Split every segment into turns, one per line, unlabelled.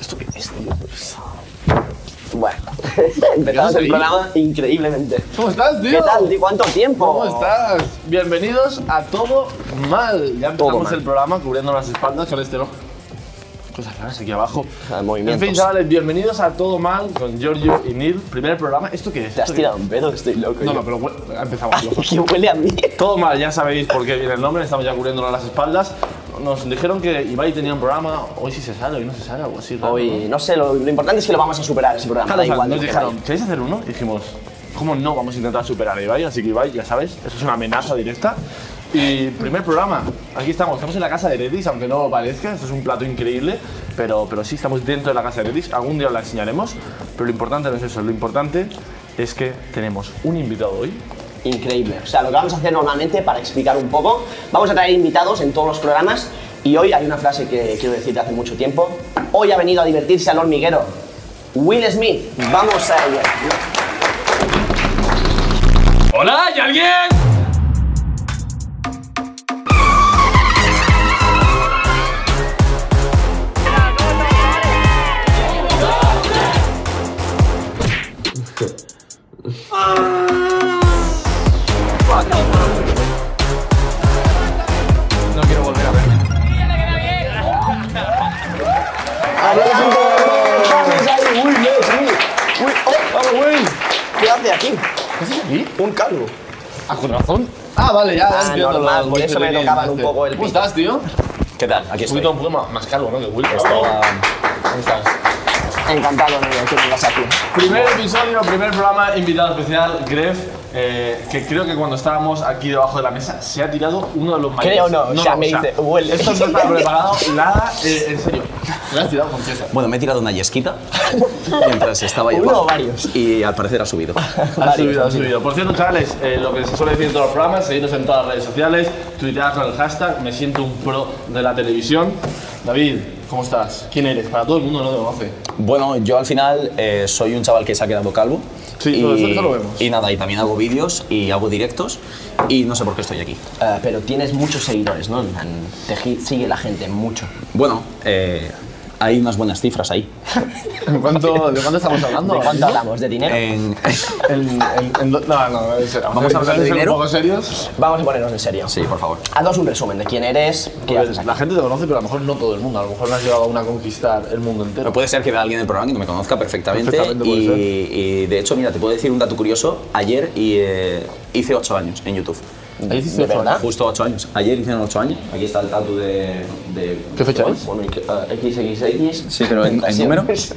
estupidez, tío. Bueno, empezamos el
Dios,
programa increíblemente.
¿Cómo estás, tío?
¿Qué tal, tío? ¿Cuánto tiempo?
¿Cómo estás? Bienvenidos a Todo Mal. Ya
Todo
empezamos
Mal.
el programa cubriendo las espaldas con este, ¿no? Cosas raras aquí abajo.
Ah,
En
movimientos.
fin, chavales, bienvenidos a Todo Mal con Giorgio y Neil. Primer programa. ¿Esto qué es?
Te has
¿Esto qué-
tirado un pedo, estoy loco.
No,
yo.
no, pero hue- empezamos. tío.
que huele a mí.
Todo mal, ya sabéis por qué viene el nombre, estamos ya cubriéndonos las espaldas. Nos dijeron que Ibai tenía un programa, hoy sí se sale, hoy no se sale, algo así. raro, ¿no?
Hoy, no sé, lo, lo importante es que lo vamos a superar ese programa.
Claro, o
da
sea,
igual.
nos
lo que
dijeron,
vaya.
¿queréis hacer uno? Y dijimos, ¿cómo no? Vamos a intentar superar a Ibai, así que Ibai, ya sabes, eso es una amenaza directa. Y primer programa, aquí estamos, estamos en la casa de Redis, aunque no lo parezca, esto es un plato increíble, pero, pero sí, estamos dentro de la casa de Redis, algún día os la enseñaremos, pero lo importante no es eso, lo importante es que tenemos un invitado hoy.
Increíble. O sea, lo que vamos a hacer normalmente para explicar un poco, vamos a traer invitados en todos los programas y hoy hay una frase que quiero decirte hace mucho tiempo. Hoy ha venido a divertirse al hormiguero. Will Smith, vamos a ello.
¡Hola! ¿Hay alguien? No quiero volver a verme.
Vamos a ello, Will Smith. Will- oh,
¡Vamos, Will!
¿Qué hace aquí?
¿Qué haces aquí?
Un calvo.
¿A con razón? Ah, vale, ya, ya
Ah,
entiendo lo
normal,
del
por eso me
golpe de
tocaban
bien,
un
este.
poco el
¿Cómo
pito.
estás, tío?
¿Qué tal? Aquí
Un
estoy.
poquito un poco más, más calvo, ¿no? Que Will.
Estaba-
¿Cómo estás?
Encantado de que vengas aquí.
Primer episodio, primer programa, invitado especial, Gref, eh, que creo que cuando estábamos aquí debajo de la mesa se ha tirado uno de los mayores.
Creo no, o sea, me dice, huele.
Esto no está preparado, nada, eh, en serio. Me has tirado con fiesta.
Bueno, me he tirado una yesquita mientras estaba yo.
Uno
abajo
o varios.
Y al parecer ha subido.
Ha
Varios,
subido, ha
han sido.
subido. Por cierto, chavales, eh, lo que se suele decir en todos los programas, seguidnos en todas las redes sociales, tuitead con el hashtag, me siento un pro de la televisión. David, ¿cómo estás? ¿Quién eres? Para todo el mundo no te conoce.
Bueno, yo al final eh, soy un chaval que se ha quedado calvo.
Sí, no, eso- eso lo vemos.
Y nada, y también hago vídeos y hago directos y no sé por qué estoy aquí.
Ah, pero tienes muchos seguidores, ¿no? En plan, Te gi- sigue la gente mucho.
Bueno, eh, hay unas buenas cifras ahí.
¿De cuánto, ¿De cuánto estamos hablando?
¿De cuánto hablamos? ¿De dinero?
En-
En- en- en do- no, no, en serio,
Vamos a hablar de
ser
dinero.
un poco serios.
Vamos a ponernos en serio.
sí, por favor.
Haznos un resumen de quién eres, qué haces aquí.
la gente te conoce, pero a lo mejor no todo el mundo. A lo mejor no has llegado aún a conquistar el mundo entero.
Pero puede ser que vea a alguien del programa que no me conozca perfectamente.
Perfectamente puede
y,
ser.
y, de hecho, mira, te puedo decir un dato curioso. Ayer y, eh, hice 8 años en YouTube.
Ahí hiciste
¿De
ocho
verdad?
años.
Justo 8 años. Ayer hicieron 8 años. Aquí está el tatu de. de-
¿Qué fecha es?
Bueno, y que, ah, XXX.
Sí, pero en- en números.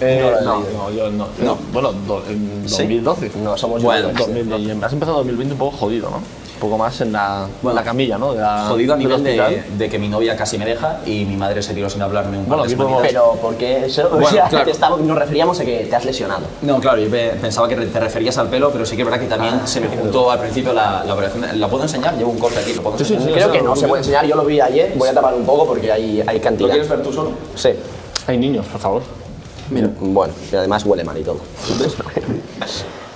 Eh,
No,
no,
no,
no, yo no.
No.
Bueno, do- en
¿Sí?
2012.
No, somos
Bueno,
youtubers.
2000, has empezado 2020 un poco jodido, ¿no? Un poco más en la,
Bueno,
la camilla, ¿no? De la-
jodido a
del
nivel de,
hospital.
de que mi novia casi me deja y mi madre se tiró sin hablarme un par
Bueno,
de
aquí podemos-
semanitas.
Pero porque eso, o
Bueno,
sea,
claro.
te estamos- nos referíamos a que te has lesionado.
No, claro, yo pe- pensaba que re- te referías al pelo, pero sí que es verdad que
Ah,
también se me juntó al principio la, la operación. ¿La puedo enseñar? Llevo un corte aquí, ¿lo puedo
Sí, sí, sí,
enseñar?
Creo
sí,
que
sí,
no
sí.
se puede enseñar, yo lo vi ayer, voy a tapar un poco porque hay, hay
¿Lo
cantidad.
quieres ver tú solo?
Sí.
Hay niños, por favor.
Mira. Bueno, y además huele mal y todo.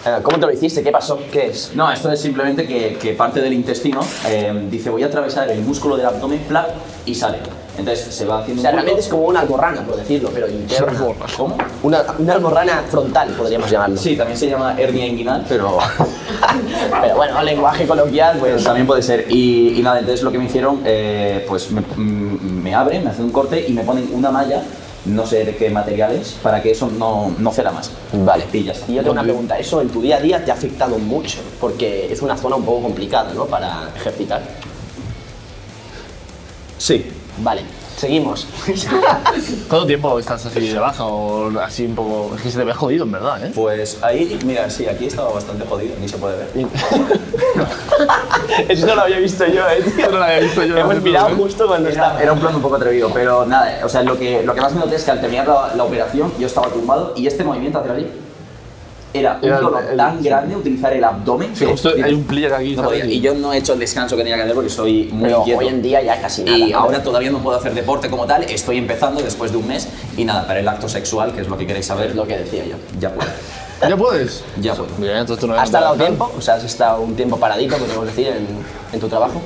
Eh, ¿Cómo te lo hiciste? ¿Qué pasó? ¿Qué es?
No, esto es simplemente que, que parte del intestino eh, dice voy a atravesar el músculo del abdomen plac y sale. Entonces se
O
va haciendo
sea,
un bulto.
realmente es como una almorrana, por decirlo, pero interna.
¿Cómo?
Una, una almorrana frontal, podríamos llamarlo.
Sí, también se llama hernia inguinal, pero
Pero bueno, lenguaje coloquial,
Pues
pues.
también puede ser. Y, y nada, entonces lo que me hicieron, eh, pues me, mm, me abren, me hacen un corte y me ponen una malla, no sé de qué materiales, para que eso no, no ceda más.
Vale.
Y ya está.
Y yo tengo una pregunta, ¿eso en tu día a día te ha afectado mucho? Porque es una zona un poco complicada, ¿no? Para ejercitar.
Sí.
Vale, seguimos.
¿Cuánto tiempo estás así de baja o así un poco...? Es que se te ve jodido, en verdad, ¿eh?
Pues ahí, mira, sí, aquí estaba bastante jodido, ni se puede ver.
Eso no lo había visto yo, eh, tío.
No lo había visto yo,
Hemos
no,
mirado
no, ¿eh?
justo cuando estaba.
Era un plan un poco atrevido, pero nada, o sea, lo que, lo que más me noté es que al terminar la, la operación yo estaba tumbado y este movimiento hacia allí era un
Era el-
dolor
el-
tan
sí.
grande utilizar el abdomen.
Sí,
que-
justo hay un pliego aquí.
No podía,
¿sabes?
y yo no he hecho el descanso que tenía que hacer porque soy muy
Pero
inquieto.
hoy en día ya casi nada.
Y
¿no?
ahora todavía no puedo hacer deporte como tal, estoy empezando después de un mes y nada, para el acto sexual, que es lo que queréis saber,
es lo que decía yo.
ya puedo.
¿Ya puedes?
Ya puedo.
Bien, entonces tú no
¿Has
eres-
tardado tiempo? O sea, has estado un tiempo paradito, podríamos decir, en, en tu trabajo.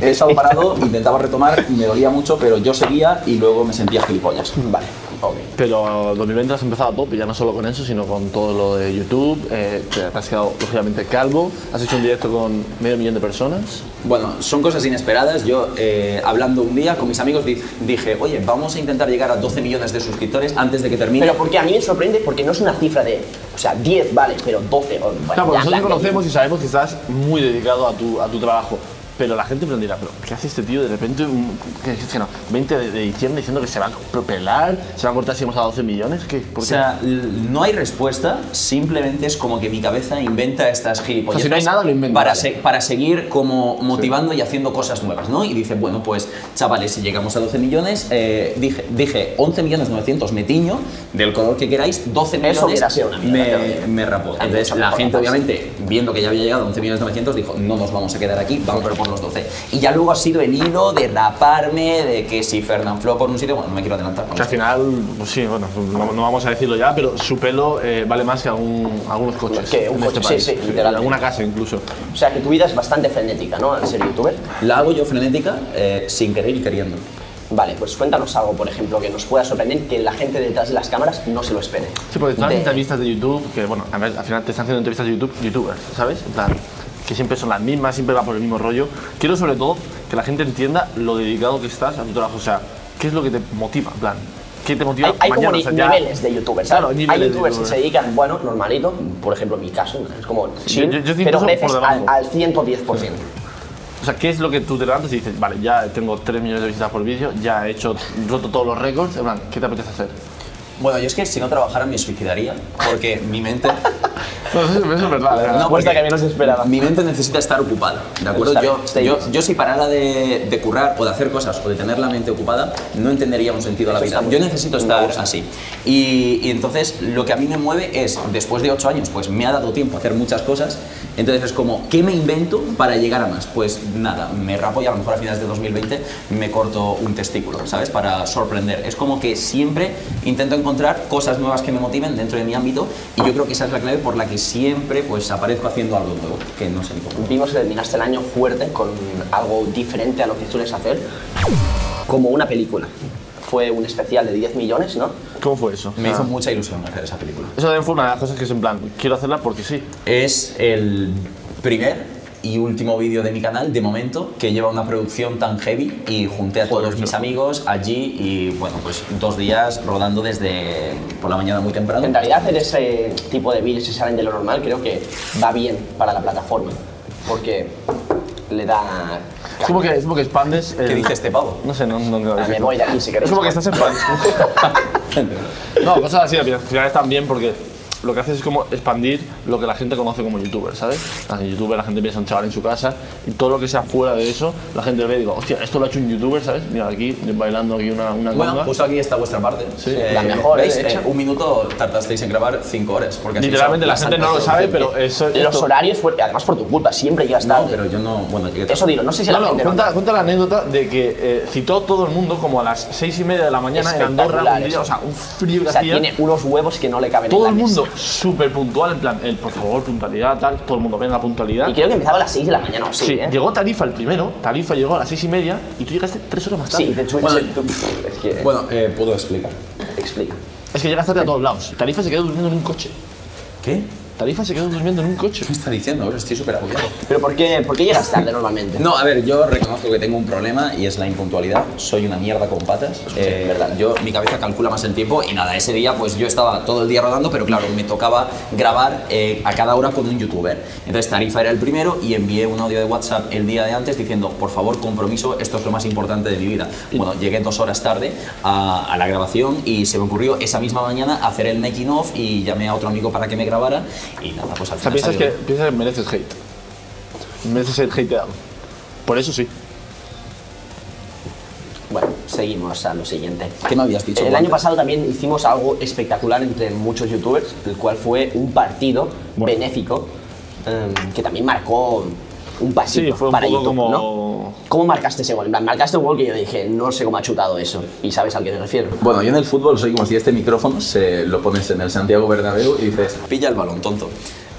He estado parado, intentaba retomar, me dolía mucho, pero yo seguía y luego me sentía gilipollas.
Vale.
Ok.
Pero 2020 has empezado a top, y ya no solo con eso, sino con todo lo de YouTube. eh, te, te has quedado, lógicamente, calvo. Has hecho un directo con medio millón de personas.
Bueno, son cosas inesperadas. Yo, eh, hablando un día con mis amigos, di- dije, oye, vamos a intentar llegar a 12 millones de suscriptores antes de que termine.
Pero porque a mí me sorprende porque no es una cifra de, o sea, 10 vale, pero 12. o- bueno,
Claro, porque nosotros
ya
te
hablan de-
conocemos y sabemos que estás muy dedicado a tu, a tu trabajo. Pero la gente me dirá, ¿pero qué hace este tío de repente? un- que- que no, 20 de, de diciembre diciendo que se va a propelar, se va a cortar si hemos a 12 millones. ¿Qué? ¿Por
O
qué?
sea, l- no hay respuesta, simplemente es como que mi cabeza inventa estas gilipollas.
O sea, si no hay nada, lo invento,
Para,
vale.
se- para seguir como motivando y haciendo cosas nuevas, ¿no? Y dice, bueno, pues chavales, si llegamos a 12 millones, eh, dije, dije 11 millones 900, me tiño, del color que queráis, 12
Eso
millones
hubiera sido una mierda, te lo digo.
me, me rapó. Entonces,
mucha
la
mejor
gente,
la pasta.
obviamente, viendo que ya había llegado a 11 millones 900, dijo, no nos vamos a quedar aquí, vamos a por los 12. Y ya luego ha sido el hilo de raparme, de que si Fernán Flo por un sitio, bueno, no me quiero adelantar. con
Que al
esto.
final, pues sí, bueno, no, no vamos a decirlo ya, pero su pelo eh, vale más que algún, algunos coches.
Que un
en este
coche, sí, sí, literalmente.
Alguna casa incluso.
O sea, que tu vida es bastante frenética, ¿no? Al ser youtuber.
La hago yo frenética, eh, sin querer y queriendo.
Vale, pues cuéntanos algo, por ejemplo, que nos pueda sorprender que la gente detrás de las cámaras no se lo espere.
Sí, porque están
De-
entrevistas de YouTube, que bueno, a ver, al final te están haciendo entrevistas de YouTube, youtubers, ¿sabes? En plan, que siempre son las mismas, siempre va por el mismo rollo. Quiero sobre todo que la gente entienda lo dedicado que estás a tu trabajo, o sea, qué es lo que te motiva, en plan, qué te motiva
Hay, hay como
mañana,
ni-
o sea, ya-
niveles de youtubers, ¿sabes?
Claro, hay niveles
hay
de
youtubers que
youtubers.
se dedican, bueno, normalito, por ejemplo, mi caso, es como chill,
yo- yo estoy incluso
pero
por
creces al,
debajo.
al 110%.
O sea, ¿qué es lo que tú te levantas y dices, vale, ya tengo 3 millones de visitas por vídeo, ya he hecho, roto todos los récords, en plan, ¿qué te apetece hacer?
Bueno, yo es que si no trabajara me suicidaría, porque mi mente...
No, eso es verdad.
No,
Respuesta
porque
que menos esperaba.
Mi mente necesita estar ocupada, ¿de acuerdo?
Está
Yo,
bien, está
yo,
bien.
yo si parara de, de currar o de hacer cosas o de tener la mente ocupada, no entendería un sentido a la
Eso
vida.
está muy
Yo
bien,
necesito
me
estar
gusta.
así. Y, y entonces lo que a mí me mueve es, después de ocho años, pues me ha dado tiempo a hacer muchas cosas, entonces es como, ¿qué me invento para llegar a más? Pues nada, me rapo y a lo mejor a finales de 2020 me corto un testículo, ¿sabes? Para sorprender. Es como que siempre intento encontrar cosas nuevas que me motiven dentro de mi ámbito y yo creo que esa es la clave por la que siempre pues aparezco haciendo algo nuevo, que no sé ni cómo.
Vimos que terminaste el año fuerte con algo diferente a lo que sueles hacer, como una película. Fue un especial de 10 millones, ¿no?
¿Cómo fue eso?
Me
O sea,
Ah.
hizo mucha ilusión hacer esa película.
Eso también fue una de las cosas que es en plan, quiero hacerla porque sí.
Es el primer y último vídeo de mi canal, de momento, que lleva una producción tan heavy y junté a todos mis amigos allí y, bueno, pues dos días rodando desde por la mañana muy temprano.
En realidad hacer ese tipo de vídeos que salen de lo normal creo que va bien para la plataforma, porque le da...
Es como que, es como que expandes.
¿Qué
el-
dice este pavo?
No sé, no, no, no,
Ah, me voy de aquí si queréis.
Es como que estás en plan. no, cosas así, al final- al final están bien porque lo que haces es como expandir lo que la gente conoce como youtuber, ¿sabes? Ah, En youtuber la gente piensa un chaval en su casa y todo lo que sea fuera de eso, la gente ve y digo, hostia, esto lo ha hecho un youtuber, ¿sabes? Mira, aquí bailando aquí una, una conga.
Bueno,
pues,
justo aquí está vuestra parte.
Sí.
La mejor,
¿veis?
eh, de hecho.
un minuto tardasteis en grabar cinco horas. Porque así
Literalmente
son
la gente no lo
bastantes
sabe,
producciones.
pero eso
Los
esto-
horarios, fue- además por tu culpa, siempre llegas
No,
tarde.
pero yo no... Bueno, llegué
Eso digo, no sé si
No,
la
no,
gente... lo-
cuenta, cuenta la anécdota de que eh, citó todo el mundo como a las seis y media de la mañana en Andorra,
Espectacular
un día,
eso.
o sea, un frío que
o sea,
hacía.
tiene unos huevos que no le caben
Todo el
en la mesa.
mundo súper puntual, en plan, el, por favor, puntualidad, tal, todo el mundo ven la puntualidad.
Y creo que empezaba a las 6 de la mañana o
Sí,
sí, ¿eh?
llegó Tarifa el primero, Tarifa llegó a las seis y media y tú llegaste tres horas más tarde.
Sí, de hecho,
Bueno,
tú- es que...
Bueno, eh, puedo explicar.
explica.
Es que llegaste tarde a todos lados. Tarifa se quedó durmiendo en un coche.
¿Qué?
Tarifa se quedó durmiendo en un coche.
¿Qué me está diciendo? Ahora estoy súper agobiado.
¿Pero por qué, por qué llegas tarde normalmente?
No, a ver, yo reconozco que tengo un problema y es la impuntualidad. Soy una mierda con patas. Eh, verdad. Yo, mi cabeza calcula más el tiempo y nada, ese día pues yo estaba todo el día rodando, pero claro, me tocaba grabar eh, a cada hora con un youtuber. Entonces Tarifa era el primero y envié un audio de WhatsApp el día de antes diciendo, por favor, compromiso, esto es lo más importante de mi vida. Bueno, llegué dos horas tarde a, a la grabación y se me ocurrió esa misma mañana hacer el making off y llamé a otro amigo para que me grabara y nada, pues al
O sea,
final
piensas que,
salió.
piensas que mereces hate. Mereces el hateado. Por eso sí.
Bueno, seguimos a lo siguiente.
¿Qué me habías dicho?
El
Juan?
año pasado también hicimos algo espectacular entre muchos youtubers, el cual fue un partido
Bueno.
benéfico em, que también marcó un pasito
Sí, fue un
para
poco
YouTube,
como-
¿no? ¿Cómo marcaste ese gol? En plan, marcaste un gol que yo dije, no sé cómo ha chutado eso. Y sabes al que me refiero.
Bueno, yo en el fútbol soy como si este micrófono se lo pones en el Santiago Bernabéu y dices, pilla el balón, tonto.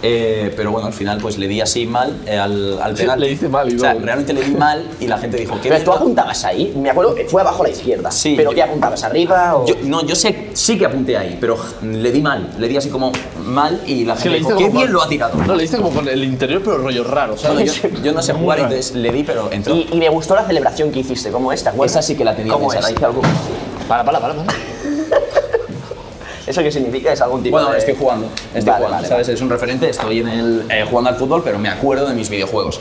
Eh, pero bueno, al final pues le di así mal eh, al, al
Sí,
penalti.
le hice mal y
O sea,
luego-
realmente le di mal y la gente dijo, ¿qué
Pero tú
mierda?
apuntabas ahí, me acuerdo, fue abajo a la izquierda.
Sí,
¿Pero
yo-
qué apuntabas? ¿Arriba o...?
Yo- no, yo sé, sí que apunté ahí, pero le di mal. Le di así como mal y la
Es que
gente
le diste
dijo, qué
como
bien
con-
lo ha tirado.
No, le diste como con el interior, pero rollo raro,
Claro,
¿sabes?
yo, yo no sé
Muy
jugar,
raro.
entonces le di, pero entró.
y, y me gustó la celebración que hiciste, como esta. ¿te acuerdas?
Esa sí que la tenía
¿Cómo
pensada,
es?
hice algo.
Para, para, para. para.
¿Eso qué significa? ¿Es algún tipo
Bueno,
de...?
estoy jugando, estoy
Vale,
jugando,
vale,
¿sabes? Es un referente, estoy en el, eh, jugando al fútbol, pero me acuerdo de mis videojuegos.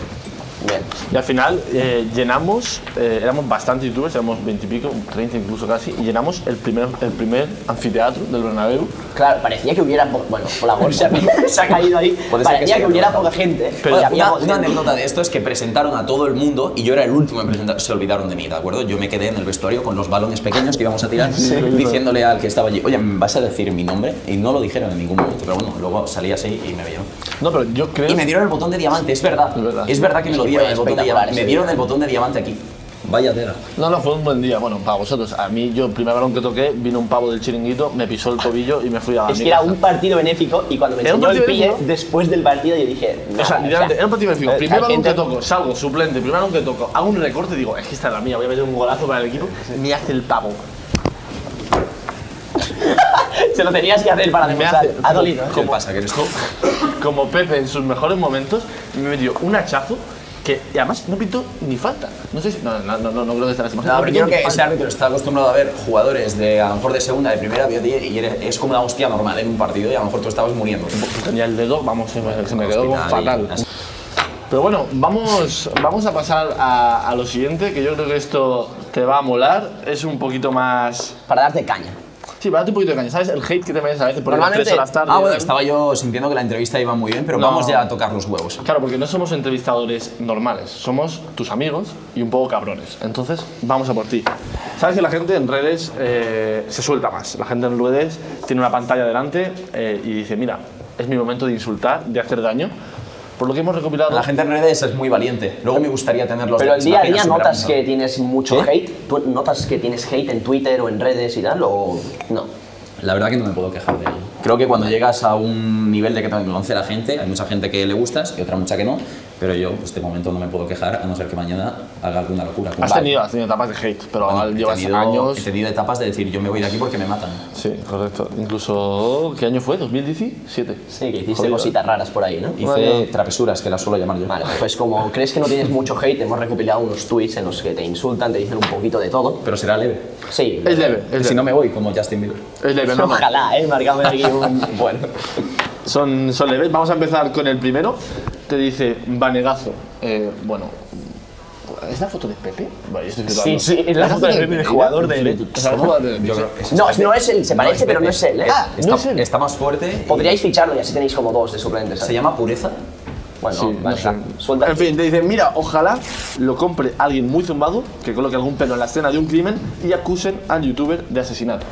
Bien.
Y al final eh, llenamos, eh, éramos bastantes youtubers, éramos 20 y pico, 30 incluso casi, y llenamos el primer, el primer anfiteatro del Bernabéu.
Claro, parecía que hubiera... po- Bueno, por la bolsa se ha caído ahí.
Puede ser que
Parecía
sí,
que,
que
hubiera
no.
poca gente. ¿eh?
Pero
y
Oye,
había
una,
voz
una
de-
anécdota de esto es que presentaron a todo el mundo y yo era el último en presentar. Se olvidaron de mí, ¿de acuerdo? Yo me quedé en el vestuario con los balones pequeños que íbamos a tirar, diciéndole al que estaba allí, oye, ¿me vas a decir mi nombre? Y no lo dijeron en ningún momento, pero bueno, luego salí así y me vieron.
No, pero yo creo.
Y me dieron el botón de diamante, es verdad.
Es verdad.
que me lo dieron,
fue
el botón de
espectacular
diamante.
ese
Me dieron el botón de diamante aquí. Vaya tela.
No, no, fue un buen día. Bueno, para vosotros. A mí, yo, el primer balón que toqué, vino un pavo del chiringuito, me pisó el tobillo y me fui a.
Es
mi
que era
casa.
un partido benéfico y cuando me
Era un
enseñó el
partido
pille
benéfico.
después del partido yo dije...
O sea,
"Nada,
literalmente, era un partido benéfico.
eh,
Primer
hay
balón que
gente-
toco, salgo, suplente, primer balón que toco, hago un recorte y digo, es que esta es la mía, voy a meter un golazo para el equipo, me hace el pavo.
Se lo tenías que hacer para
Me
demostrar.
hace-
Ha dolido, ¿eh?
¿Qué pasa? ¿Que eres tú?
Como Pepe en sus mejores momentos, me metió un hachazo que y además no pintó ni falta. No sé si. No, no, no, no, no creo que estarás
No, pero yo creo que ese
falta.
árbitro está acostumbrado a ver jugadores de a lo mejor de segunda, de primera, de- y eres- es como una hostia normal en un partido y a lo mejor tú estabas muriendo.
Pues tenía el dedo, vamos, se me, se me quedó
Hospital y-
fatal.
así.
Pero bueno, vamos, vamos a pasar a, a lo siguiente, que yo creo que esto te va a molar. Es un poquito más.
Para darte caña.
Sí, para darte un poquito de caña, ¿sabes? El hate que te metes a veces por ir a las
Normalmente-
3 horas tarde. ¿eh?
Ah, bueno, estaba yo sintiendo que la entrevista iba muy bien, pero
No.
vamos ya a tocar los huevos.
Claro, porque no somos entrevistadores normales, somos tus amigos y un poco cabrones. Entonces, vamos a por ti. Sabes que la gente en redes eh, se suelta más. La gente en redes tiene una pantalla delante eh, y dice, mira, es mi momento de insultar, de hacer daño. Por lo que hemos recopilado...
La gente en redes es muy valiente. Luego me gustaría tenerlos.
Pero el
detrás,
día a
apenas
día
superamos
notas
algo.
que tienes mucho
¿Qué?
hate. ¿Tú notas que tienes hate en Twitter o en redes y tal? ¿O no?
La verdad que no me puedo quejar de ello. Creo que cuando llegas a un nivel de que te conoce la gente, hay mucha gente que le gustas y otra mucha que no, pero yo, pues de momento no me puedo quejar, a no ser que mañana haga alguna locura.
Has
Vale.
tenido, has tenido etapas de hate, pero
Bueno, he
llevas
tenido-
años...
He tenido etapas de decir, yo me voy de aquí porque me matan.
Sí, correcto. Incluso... ¿Qué año fue? ¿2017?
Sí, que hiciste
Joder.
cositas raras por ahí, ¿no?
Hice
Bueno.
travesuras, que las suelo llamar yo.
Vale, pues como crees que no tienes mucho hate, hemos recopilado unos tweets en los que te insultan, te dicen un poquito de todo.
Pero será leve.
Sí.
Es leve, es leve.
Si no me voy, como Justin Bieber.
Es leve, no, no.
Ojalá, ¿eh? Marcame aquí un... bueno.
Son, son leves. Vamos a empezar con el primero. Te dice Vanegazo. Eh, bueno. ¿Es la foto de Pepe? Vale, estoy flipando.
sí, es la foto de Pepe, el jugador de-
O sea, el jugador de-
Yo creo- este".
No, es- no es él, se parece, pero no es él, ¿eh?
Ah,
no
está,
es él.
está más fuerte. y-
Podríais ficharlo y así tenéis como dos de suplentes.
Se
¿sabes?
llama pureza.
Bueno,
Sí, no
vale,
sé.
va, suelta.
En fin, te dicen, mira, ojalá lo compre alguien muy zumbado, que coloque algún pelo en la escena de un crimen y acusen al youtuber de asesinato.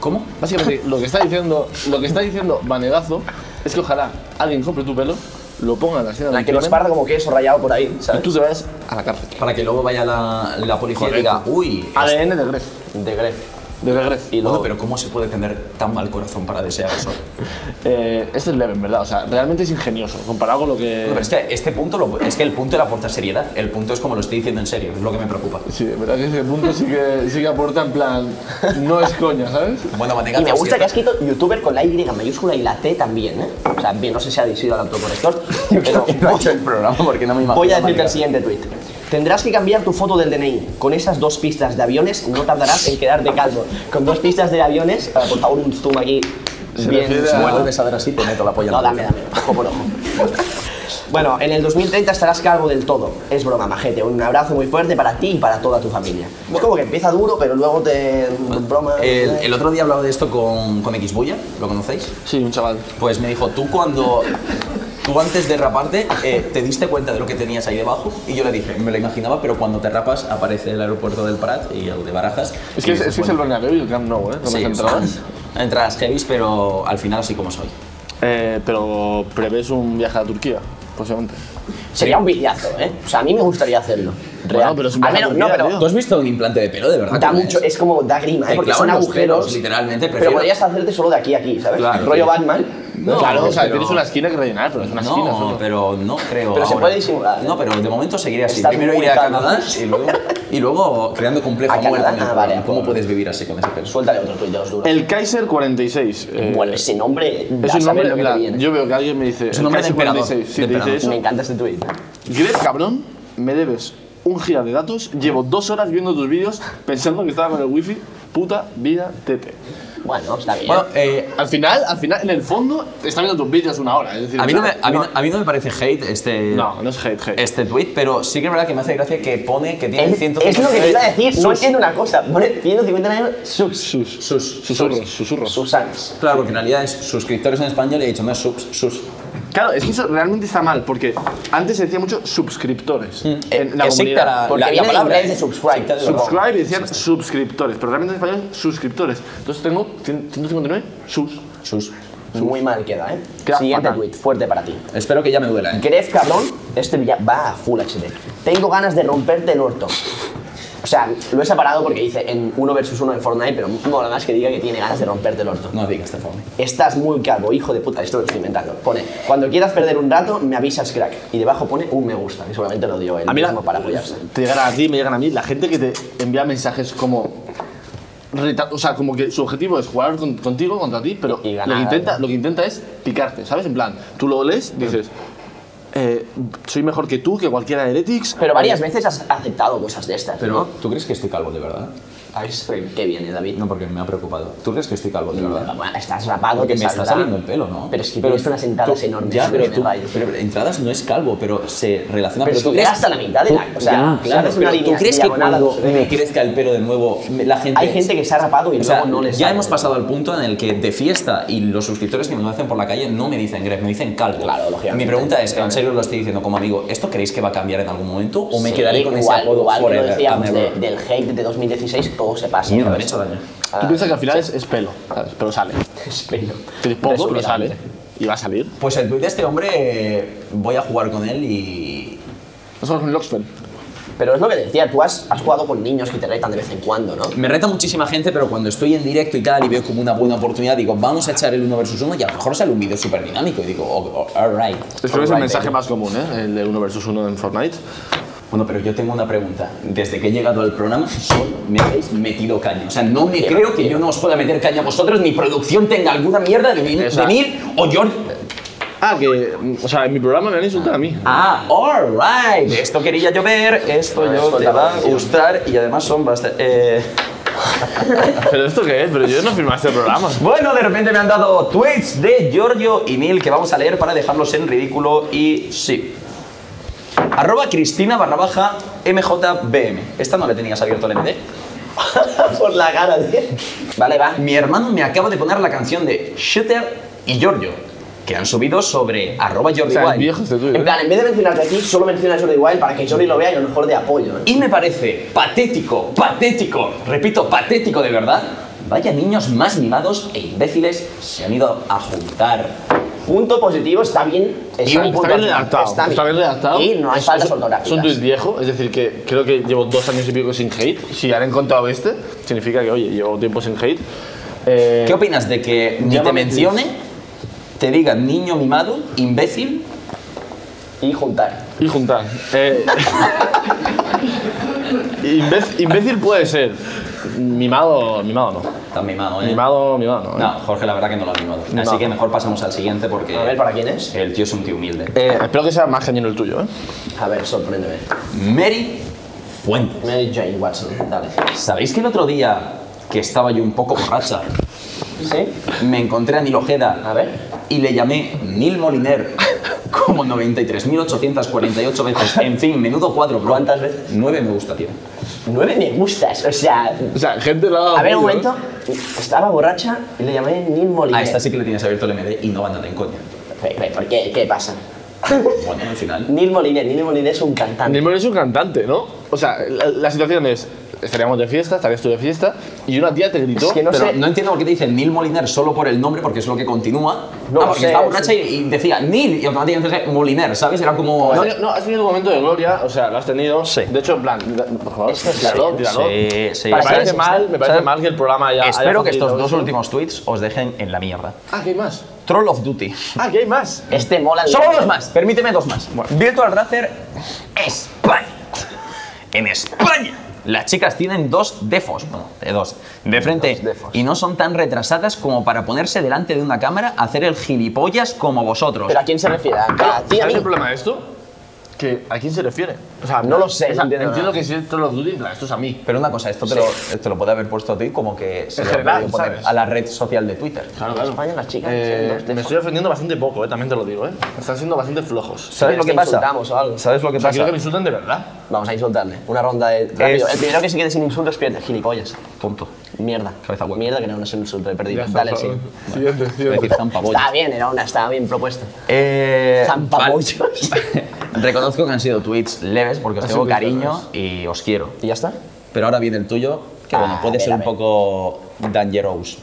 ¿Cómo?
Básicamente, lo que está diciendo, lo que está diciendo Vanegazo es que ojalá alguien compre tu pelo, lo ponga en la escena de
La
un
que lo
crimen
esparra como queso rayado por ahí,
y
¿sabes?
tú te vayas a la cárcel.
Para que luego vaya la, la policía y diga, uy, este
ADN de Gref.
De Gref.
De Gref.
Y
Bueno,
luego...
pero ¿cómo se puede tener tan mal corazón para desear eso?
Eh, este es leve, en verdad. O sea, realmente es ingenioso. Comparado con lo que.
Pero es que este punto, lo- es que el punto le aporta seriedad. El punto es como lo estoy diciendo en serio, es lo que me preocupa.
Sí, en verdad que ese punto sí que, sí que aporta en plan. No es coña, ¿sabes?
Bueno,
Y me gusta que has
es
escrito youtuber con la Y mayúscula y la T también, ¿eh? O sea, bien, no sé si ha sido al autocorrector, pero
el programa porque no me imagino.
voy a decirte
Manegas.
el siguiente tweet. Tendrás que cambiar tu foto del DNI. Con esas dos pistas de aviones no tardarás en quedarte calvo. Con dos pistas de aviones, eh, por favor, un zoom aquí.
Se
bien,
refiere a-
Si me
bueno,
vuelves a ver así, te meto la polla. en
no,
la
dame,
boca.
dame, ojo por ojo. Bueno, en el 2030 estarás calvo del todo. Es broma, majete. Un abrazo muy fuerte para ti y para toda tu familia. Es como que empieza duro, pero luego te broma.
El, el otro día hablaba de esto con, con Xbuya, ¿lo conocéis?
Sí, un chaval.
Pues me dijo, tú cuando. Tú antes de raparte, eh, ¿te diste cuenta de lo que tenías ahí debajo? Y yo le dije, me lo imaginaba, pero cuando te rapas aparece el aeropuerto del Prat y el de Barajas.
Es
y
que es,
dices,
es que es el
bueno,
Bernabéu y el Camp Nou, ¿eh? Con las
sí,
entradas.
son entradas heavies, pero al final así como soy.
Eh, pero prevés un viaje a Turquía, posiblemente.
Sería un villazo, ¿eh? O sea, a mí me gustaría hacerlo.
Bueno, pero es un
Al
viaje
menos,
a
no,
Turquía,
pero
tío.
¿Tú has visto un implante de pelo, de verdad?
da
¿Cómo
mucho,
es?
es como da grima, ¿eh?
Te
Porque
clavan
son
los
agujeros.
pelos, literalmente,
Pero
prefiero-
podrías hacerte solo de aquí a aquí, ¿sabes?
Claro.
Rollo Batman.
No, claro, o sea, tienes una esquina que rellenar, pero es una esquina
No,
solo.
pero no creo.
Pero se
ahora.
puede disimular, ¿eh?
No, pero de momento seguiré así.
Estás
Primero
muy
iré a
calmo.
Canadá y luego, y luego creando complejo
¿A
amor
Canadá?
con el
Ah,
programa.
vale. Pues,
¿Cómo puedes vivir así con ese peso?
Suéltale otro tuit de los duros.
El Kaiser 46. eh,
bueno, ese nombre. da
es un
saber
nombre,
lo que
en
te
plan,
viene.
yo veo que alguien me dice.
un nombre de
Kaiser
emperador,
46, sí,
de
te dice
emperador.
eso.
Me encanta este tuit.
Greg, cabrón, me debes un giga de datos. Llevo dos horas wiendo tus vídeos pensando que estaba con el wifi. Puta vida tete.
Bueno, está bien.
Bueno, eh,
Al final, al final, en el fondo, está viendo tus vídeos una hora. Es decir,
a, mí no me,
nada,
a, mí, no- a mí no me parece hate este,
No, no es hate, hate.
este tweet, pero sí que es verdad que me hace gracia que pone que tiene
es,
150.
es lo que te iba a decir. No
Sus.
entiendo una cosa. Pone 159 subs.
Sus, sus, susurros, susurros.
Susanos.
Claro, porque en realidad es suscriptores en español y he dicho, no, subs, sus.
Claro, es que eso realmente está mal, porque antes se decía mucho suscriptores en la
Eh, secta
comunidad.
Porque
la, la
viene de
palabra
inglés de
¿eh?
subscribe.
Secta de-
Oh,
Subscribe y decían suscriptores, pero realmente en español suscriptores. Entonces tengo 100 159 sus.
Sus.
Muy mal queda, ¿eh?
Queda
Siguiente
fatal.
tweet, fuerte para ti.
Espero que ya me duela, ¿eh?
Gref, cabrón, este ya va a full HD. Tengo ganas de romperte el orto. O sea, lo he separado porque dice en uno versus uno en Fortnite, pero mola más que diga que tiene ganas de romperte el orto.
No este digas, por favor.
Estás muy calvo, hijo de puta, esto lo estoy inventando. Pone, cuando quieras perder un rato, me avisas, crack. Y debajo pone un me gusta, que seguramente lo dio él mismo para apoyarse.
Te llegan a ti, me llegan a mí. La gente que te envía mensajes como. reta- O sea, como que su objetivo es jugar con- contigo, contra ti, pero
Y ganar.
lo, que intenta, lo que intenta es picarte, ¿sabes? En plan, tú lo lees, dices. eh, soy mejor que tú, que cualquiera de Heretics. Eh,
Pero varias veces has aceptado cosas de estas,
Pero,
¿no?
¿tú crees que estoy calvo de verdad?
Ay,
este,
soy- qué viene, David.
No, porque me ha preocupado. ¿Tú crees que estoy calvo de verdad?
Bueno, Estás rapado,
Porque
te
me está
Mm, saldrá.
saliendo el pelo, ¿no?
Pero es que tienes unas entradas
tú-
enormes.
Ya, pero
me
tú,
rayas.
pero entradas no es calvo, pero se relaciona.
Pero
tú
si hasta la mitad de la. O sea,
Ya,
si
Claro,
haces una
pero
línea
¿tú crees que
diagonal a
cuando
dos
me
metros,
crezca el pelo de nuevo, me- la gente...
Hay gente que se ha rapado y
O
luego
sea,
no les.
ya
sale.
hemos pasado al punto en el que de fiesta y los suscriptores que me lo hacen por la calle no me dicen Greg, me dicen calvo.
Claro, lógicamente.
Mi pregunta es, en serio lo estoy diciendo como amigo, ¿esto creéis que va a cambiar en algún momento o me quedaré con
igual,
ese apodo
igual que lo
forever
decíamos
and
de-
ever?
del hate de 2016, todo se pasa. ¿sabes?
Mierda, me han hecho daño.
Tú piensas que al final es, es pelo, ¿sabes? Pero sale.
Es pelo.
Tienes poco, pero
eh.
sale.
Respirante.
Y va a salir.
Pues el tweet de este hombre eh, voy a jugar con él y...
No somos un Loxfeld.
Pero es lo que decía, tú has, has jugado con niños que te retan de vez en cuando, ¿no?
Me reta muchísima gente, pero cuando estoy en directo y tal y veo como una buena oportunidad, digo, vamos a echar el uno versus uno y a lo mejor sale un vídeo súper dinámico y digo, oh, oh, alright.
Es creo que es el
alright,
mensaje
baby".
más común, ¿eh? El de uno versus uno en Fortnite.
Bueno, pero yo tengo una pregunta. Desde que he llegado al programa, solo me habéis metido caña. O sea, no me creo que yo no os pueda meter caña a vosotros, ni producción tenga alguna mierda de venir,
Exacto.
venir, o yo...
Ah, que. O sea, en mi programa me han insultado a mí.
Ah, alright. Esto quería yo ver, esto
Ah,
yo
esto
te
la
va a
producción.
gustar y además son bastante... eh,
¿Pero esto qué es? Pero yo no firmé este programa.
Bueno, de repente me han dado tweets de Giorgio y Neil que vamos a leer para dejarlos en ridículo y sí. Arroba Cristina barra baja MJBM. Esta no le tenías abierto el MD.
Por la cara, tío. Vale, va.
Mi hermano me acaba de poner la canción de Shooter y Giorgio, que han subido sobre arroba
O
Jordi
sea, es
Wild.
viejo este tuyo.
En
¿eh?
plan, en vez de mencionarte a ti, solo menciona a Jordi Wild para que Jordi lo vea y a lo mejor de apoyo. ¿eh?
Y me parece patético, patético, repito, patético de verdad. Vaya niños más mimados e imbéciles se han ido a juntar.
Eh,
Punto positivo, está bien.
Está,
un
está
punto
bien
al-
redactado. Está, bien redactado.
Y no hay
Es-
faltas
es- Es un
ortográficas.
tuit viejo, es decir, que creo que llevo dos años y pico sin hate. Si han encontrado este, significa que, oye, llevo tiempo sin hate. Eh,
¿Qué opinas de que ni te
Llámame,
mencione, te digan niño mimado, imbécil?
Y juntar.
y juntar. Eh, imbécil, imbécil puede ser. Mimado, mimado no.
Tan mimado, ¿eh?
Mimado, mimado no. ¿eh?
No, Jorge, la verdad que no lo ha mimado. Así
No.
que mejor pasamos al siguiente porque
A ver, ¿para quién es?
el tío es un tío humilde.
Eh, espero que sea más cañón el tuyo, ¿eh?
A ver, sorpréndeme.
Mary Fuentes.
Mary Jane Watson, dale.
¿Sabéis que el otro día que estaba yo un poco borracha,
¿Sí?
me encontré a Nil Ojeda
A ver.
y le llamé Nil Moliner como 93.848 veces? En fin, menudo cuadro, bro.
¿Cuántas veces?
Nueve me gusta, tío.
Nueve me gustas, o sea...
O sea, gente lo ha dado
A ver, un
mucho, ¿eh?
momento. Estaba borracha y le llamé Neil Molina.
A esta sí que le tienes abierto el MD y no van nada en coña.
¿Por qué? ¿Qué pasa?
Bueno, al final.
Neil Moliner, Neil Moliner es un cantante.
Neymar es un cantante, ¿no? O sea, la, la situación es, estaríamos de fiesta, estarías tú de fiesta, y una tía te gritó.
Es que no
pero
sé.
no entiendo por qué te dicen Neil Moliner solo por el nombre, porque es lo que continúa.
No
ah,
lo
porque
sé,
estaba borracha y, y decía Neil y automáticamente Moliner, ¿sabes? Era como.
No, no, has tenido tu momento de gloria, o sea, lo has tenido.
Sí.
De hecho, en plan, por favor,
Esto es
tíralo,
sí,
tíralo.
Sí, sí.
Me
¿Sabes?
parece mal, me parece
¿Sabes?
mal que el programa haya.
Espero
haya
que estos
facilitado
dos
eso.
últimos tweets os dejen en la mierda.
Ah, que hay más.
Troll of Duty.
Ah, que hay más.
Este mola. el-
Solo dos más, permíteme dos más. Virtual Racer España. En España. Las chicas tienen dos defos, bueno, de dos, de frente, y no son tan retrasadas como para ponerse delante de una cámara a hacer el gilipollas como vosotros.
¿Pero a quién se refiere? ¿A ti, a
¿Sabes
mí?
el problema de esto? Que, ¿A quién se refiere? O sea,
No lo sé,
o sea,
no entiendo
entiendo
nada.
que si es Troll of Duty, en plan, esto es a mí.
Pero una cosa, esto te, lo, te lo puede haber puesto a ti como que se
En
lo ha
general,
podido poner
¿sabes?
a la red social de Twitter.
Claro,
En España las chicas
Eh,
tienen dos
me
tefos.
estoy ofendiendo bastante poco, eh, también te lo digo, ¿eh? Están siendo bastante flojos.
¿Sabes
Sí, es
lo que
que
pasa?
insultamos o algo.
¿Sabes lo que
O sea, quiero
pasa?
que me insulten de verdad.
Vamos a insultarle. Una ronda de. Rápido.
Es-
El primero que se quede sin insultos pierde. Gilipollas.
Tonto.
Mierda.
Cabeza hueca.
Mierda que no, no es un insulto, he perdido.
Ya está,
Dale,
por
sí.
favor. Siguiente,
Es decir,
siguiente.
zampabollos.
Estaba bien, era una, estaba bien propuesta.
Eh,
Zampapollos.
vale. Reconozco que han sido tweets leves porque os
Han
tengo
sido tweets
cariño y os quiero.
¿Y ya está?
Pero ahora viene el tuyo, que bueno,
Ah,
puede
a
ser
ver,
un
a ver.
poco dangerous.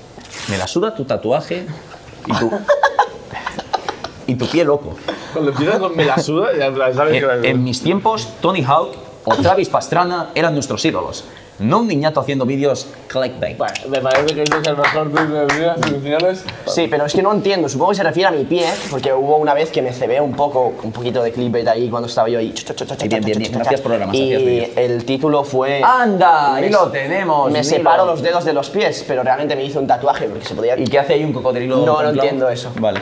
Me la suda tu tatuaje y tu, y tu pie loco. Eh,
Cuando empiezas con me la suda, ya en plan, sabes que la
En, en mis tiempos, Tony Hawk o Travis Pastrana eran nuestros ídolos. No un niñato haciendo vídeos clickbait.
Bueno, me parece que este es el mejor tweet de mi vida, señores.
Sí, pero es que no entiendo. Supongo que se refiere a mi pie, porque hubo una vez que me cebé un poco, un poquito de clickbait ahí cuando estaba yo ahí.
Bien, bien, bien. No hacías programas, hacías
Y
vídeos.
el título fue.
¡Anda!
Me-
Ahí lo tenemos.
Me
Milo.
separo los dedos de los pies, pero realmente me hice un tatuaje porque se podía.
¿Y qué hace ahí un cocodrilo?
No, no
contemplado?
entiendo eso.
Vale.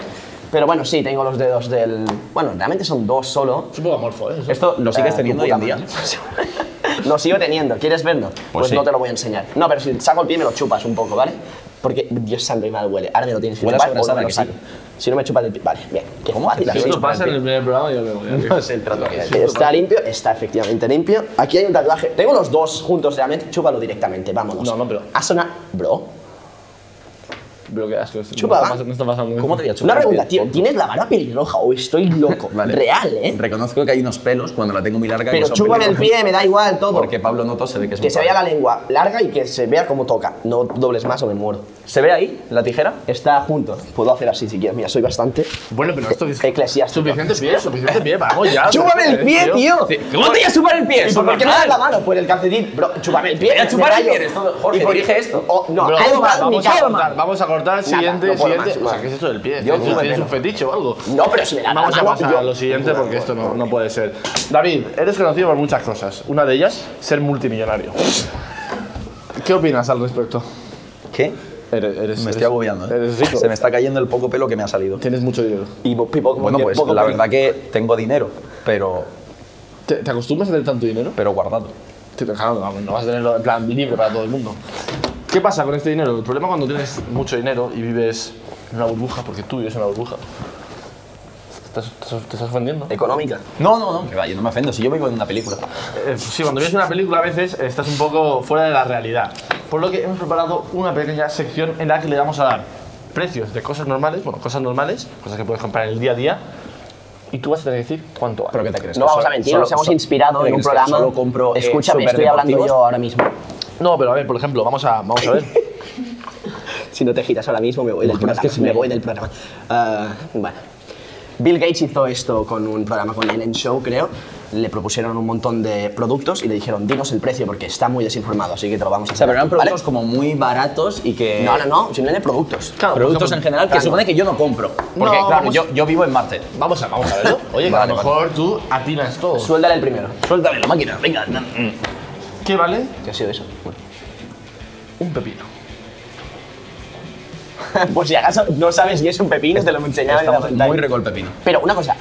Pero bueno, sí, tengo los dedos del. Bueno, realmente son dos solo.
Es un poco amorfo, ¿eh? Eso.
Esto lo sigues
Ah,
teniendo
tu
hoy en
puta
día.
madre. lo sigo teniendo, ¿quieres verlo? Pues,
sí.
no te lo voy a enseñar. No, pero si saco el pie me lo chupas un poco, ¿vale? Porque Dios santo y mal huele. Ahora me lo tienes que
Huele a
chupar o no
sobrasada,
me lo
que
saco.
sí.
Si no me chupas el pie. Vale, bien. Qué
¿Cómo?
fácil,
Si
así.
Esto pasa en el primer programa y yo me voy. a
No sé el trato que hay.
Está limpio, está efectivamente limpio. Aquí hay un tatuaje. Tengo los dos juntos realmente. Chúpalo directamente, vámonos.
No, no, pero-
Ha sonado. Bro.
Pero qué asco. esto.
Chupa,
No
va.
pasa- No está pasando bien.
¿Cómo te voy a
Una
chupar el
pregunta,
pie?
tío. ¿Tienes la vara pelirroja o estoy loco?
Vale.
Real, ¿eh?
Reconozco que hay unos pelos cuando la tengo muy larga. que
Pero
son
chúpame el
pelirrojos.
pie, me da igual todo.
Porque Pablo Noto se ve que es
Que
muy
se
padre.
vea la lengua larga y que se vea cómo toca. No dobles más o me muero.
¿Se ve ahí la tijera?
Está junto. Puedo hacer así si quieres. Mira, soy bastante
Bueno, pero esto es.
eclesiástico.
Suficiente pie, suficiente pie, vamos
Ah,
ya.
¡Chúpame el pie, tío!
¿Cómo te voy a chupar el pie?
¿Y por por qué no das la mano? Por el calcetín. Bro, chúpame el pie.
Voy a
me
chupar el
rayo.
pie, esto, Jorge,
¿Y por-
dirige esto.
Oh, no,
Bro,
calma, ni
vamos, a
calma.
cortar, vamos a cortar,
Nada,
siguiente,
no puedo
siguiente.
más,
o sea,
más.
¿qué es eso del pie?
Yo
¿Tienes-
tuve
¿Tienes
pena.
un fetiche o algo?
No, pero si me da la
Vamos a
mano,
pasar
yo-
a lo siguiente porque esto no, no puede ser. David, eres conocido por muchas cosas. Una de ellas, ser multimillonario. ¿Qué opinas al respecto?
¿Qué?
Eres, eres-
Me
eres-
estoy agobiando. ¿eh?
Eres rico.
Se me está cayendo el poco pelo que me ha salido.
Tienes mucho dinero.
Y po- y poco-
Bueno, pues
poco-
la verdad que tengo dinero, pero,
¿Te, te acostumbras a tener tanto dinero?
pero guardado.
Te- Claro, no, no vas a tenerlo en plan libre para todo el mundo. ¿Qué pasa con este dinero? El problema cuando tienes mucho dinero y vives en una burbuja, porque tú vives en una burbuja. ¿Estás- estás- ¿Te estás ofendiendo?
Económica.
No, no, no. Que vaya, no me ofendo. Si yo vivo en una película.
Eh, sí, cuando ves una película a veces estás un poco fuera de la realidad. Por lo que hemos preparado una pequeña sección en la que le vamos a dar precios de cosas normales, bueno, cosas normales, cosas que puedes comprar en el día a día, y tú vas a tener que decir cuánto vale.
¿Pero qué te crees?
No
que
vamos a
solo-
mentir,
solo-
nos hemos
so-
inspirado
¿Te
en un
crees que
programa.
Solo compro. eh,
Escúchame, estoy hablando
superdeportivos?
yo ahora mismo.
No, pero a ver, por ejemplo, vamos a, vamos a ver.
Si no te giras ahora mismo, me voy del
Imaginas
programa.
que se
Me
me-
voy del programa. Ah, bueno. Bill Gates hizo esto con un programa con Ellen Show, creo. Le propusieron un montón de productos y le dijeron, dinos el precio porque está muy desinformado, así que te lo vamos a
O sea,
hacer.
pero eran
¿vale?
productos como muy baratos y que.
No, no, no, simplemente productos.
Claro, por
productos
ejemplo,
en general que
claro.
supone que yo no compro. Porque,
No,
claro,
vamos-
yo, yo vivo en Marte.
Vamos a, vamos a verlo. Oye, que
Vale,
a lo
vale.
mejor tú atinas todo.
Suéltale el primero.
Suéltame la máquina, venga. mm, mm.
¿Qué vale?
¿Qué ha sido eso? Bueno.
Un pepino.
pues si acaso no sabes si es un pepino, te lo enseñaba en la
Estamos
pantalla.
muy rico el pepino.
Pero una cosa,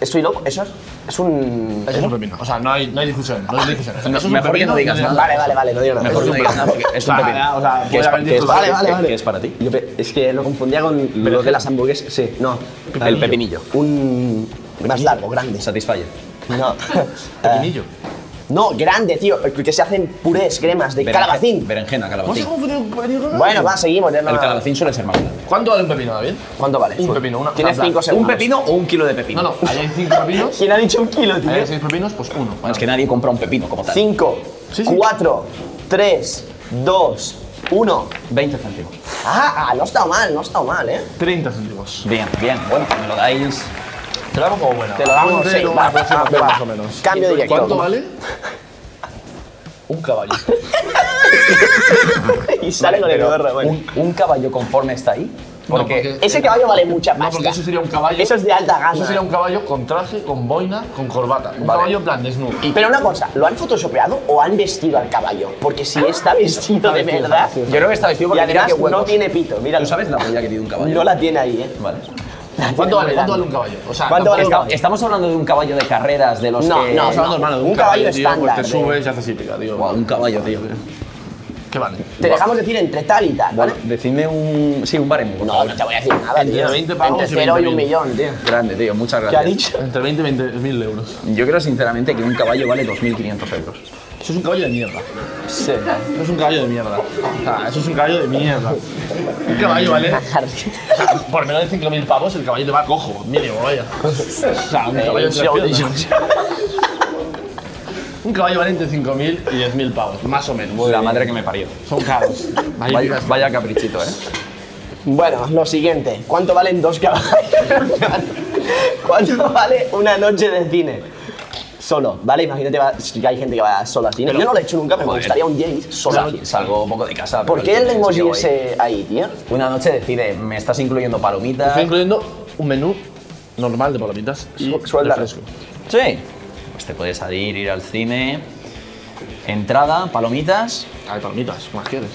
estoy loco, eso es, es un...
Eso es un pepino. O sea, no hay, no hay discusión. No hay discusión. Eso
No,
es un
mejor que
pepino
no digas
y tienes
nada.
Vale, vale, vale, no digo nada.
Mejor
Es
no
un
digas nada porque es un
Vale,
pepino.
o sea,
Que
puede
es pa-
haber
que es
discusión.
para-
Vale, vale,
que-
vale.
que es para ti.
Yo pe- es que lo confundía con lo de las hamburguesas. Sí, no.
El pepinillo.
Un más largo, grande.
Satisfayer.
No.
Ah,
pepinillo.
Eh, No, grande, tío. el Que se hacen purés, cremas de
Berenje-
calabacín.
Berenjena,
¿Cómo se
calabacín.
confunde un pepino con
Bueno, va, seguimos. ya no-
El calabacín suele ser más grande.
¿Cuánto vale un pepino, David?
¿Cuánto vale?
Un pepino, una-
Tienes
una-
5 segundos.
¿Un pepino o un kilo de pepino?
No, no, ahí hay cinco pepinos.
¿Quién ha dicho un kilo,
Ahí
tío?
hay seis pepinos, pues uno.
Bueno, es que nadie compra un pepino como tal.
5,
Sí, sí.
4, 3, 2, 1.
20 céntimos.
Ah, ah, no ha estado mal, no ha estado mal, eh.
30 céntimos.
Bien, bien. Bueno, me lo dais.
Te lo hago como buena.
Te lo damos,
Ponte
sí,
una
va,
aproximación
va.
más o menos.
Cambio directo.
¿Cuánto vale? Un caballo.
Y sale con el
Pero
gorro, bueno.
un, un caballo conforme está ahí. Porque
porque-
Ese caballo vale mucha
No,
pasta.
porque eso sería un caballo.
Eso es de alta gama.
Eso sería un caballo con traje, con boina, con corbata. Un caballo en plan desnudo.
Pero una cosa, ¿lo han photoshopeado o han vestido al caballo? Porque si Ah, está vestido de
vestido,
verdad.
está vestido.
yo creo que está
Y
vestido porque mira
además
qué huevos.
no tiene pito, mira.
¿Tú sabes la polla que tiene un caballo?
No la tiene ahí, eh.
Vale.
¿Cuánto vale, ¿Cuánto vale
muy grande.
un caballo? O sea,
¿Cuánto vale
tampoco-
un
Está- estamos hablando de un caballo de carreras, de los
No,
que...
no,
Estamos hablando, hermano, de un,
Un
tío,
caballo
Pues
estándar,
te
de-
subes y haces hípica, tío.
Guau, un caballo, tío.
¿Qué vale?
Te dejamos decir entre tal y tal, ¿vale?
Bueno, decidme un... Sí, un baremo, por
No,
favor.
no te voy a decir nada,
Entre
tío.
20 pavos
Entre
y
cero y un
20.000.
millón, tío.
Grande, tío. Muchas
¿Qué ha
gracias.
dicho?
Entre 20 y 20 mil euros.
Yo creo sinceramente que un caballo vale 2.500 euros.
Eso es un caballo de mierda. Sí. Eso es un caballo de mierda. O sea, eso es un caballo de mierda. Un caballo, ¿vale? O sea, por menos de 5.000 pavos el caballo te va cojo, mínimo, vaya. O sea, un caballo entre
yo-
piernas. Un caballo vale entre 5.000 y 10.000 pavos, más o menos.
Pues
la madre que me parió.
Son caros. Ahí
Vaya,
miras.
vaya caprichito, ¿eh?
Bueno, lo siguiente. ¿Cuánto valen dos caballos? ¿Cuánto vale una noche de cine? Solo, ¿vale? Imagínate va- que hay gente que va solo al cine. Yo no lo he hecho nunca, pero me gustaría un día ir solo al cine.
Salgo poco de casa.
Pues ¿Por
pero
qué el
tío,
emoji
tío,
ese ahí, tío?
voy. Una noche decide, me estás incluyendo palomitas...
Estoy incluyendo un menú normal de palomitas y
Su- suéltalo.
refresco.
Sí. Pues te puedes salir, ir al cine... Entrada, palomitas,
Hay palomitas, ¿qué más quieres?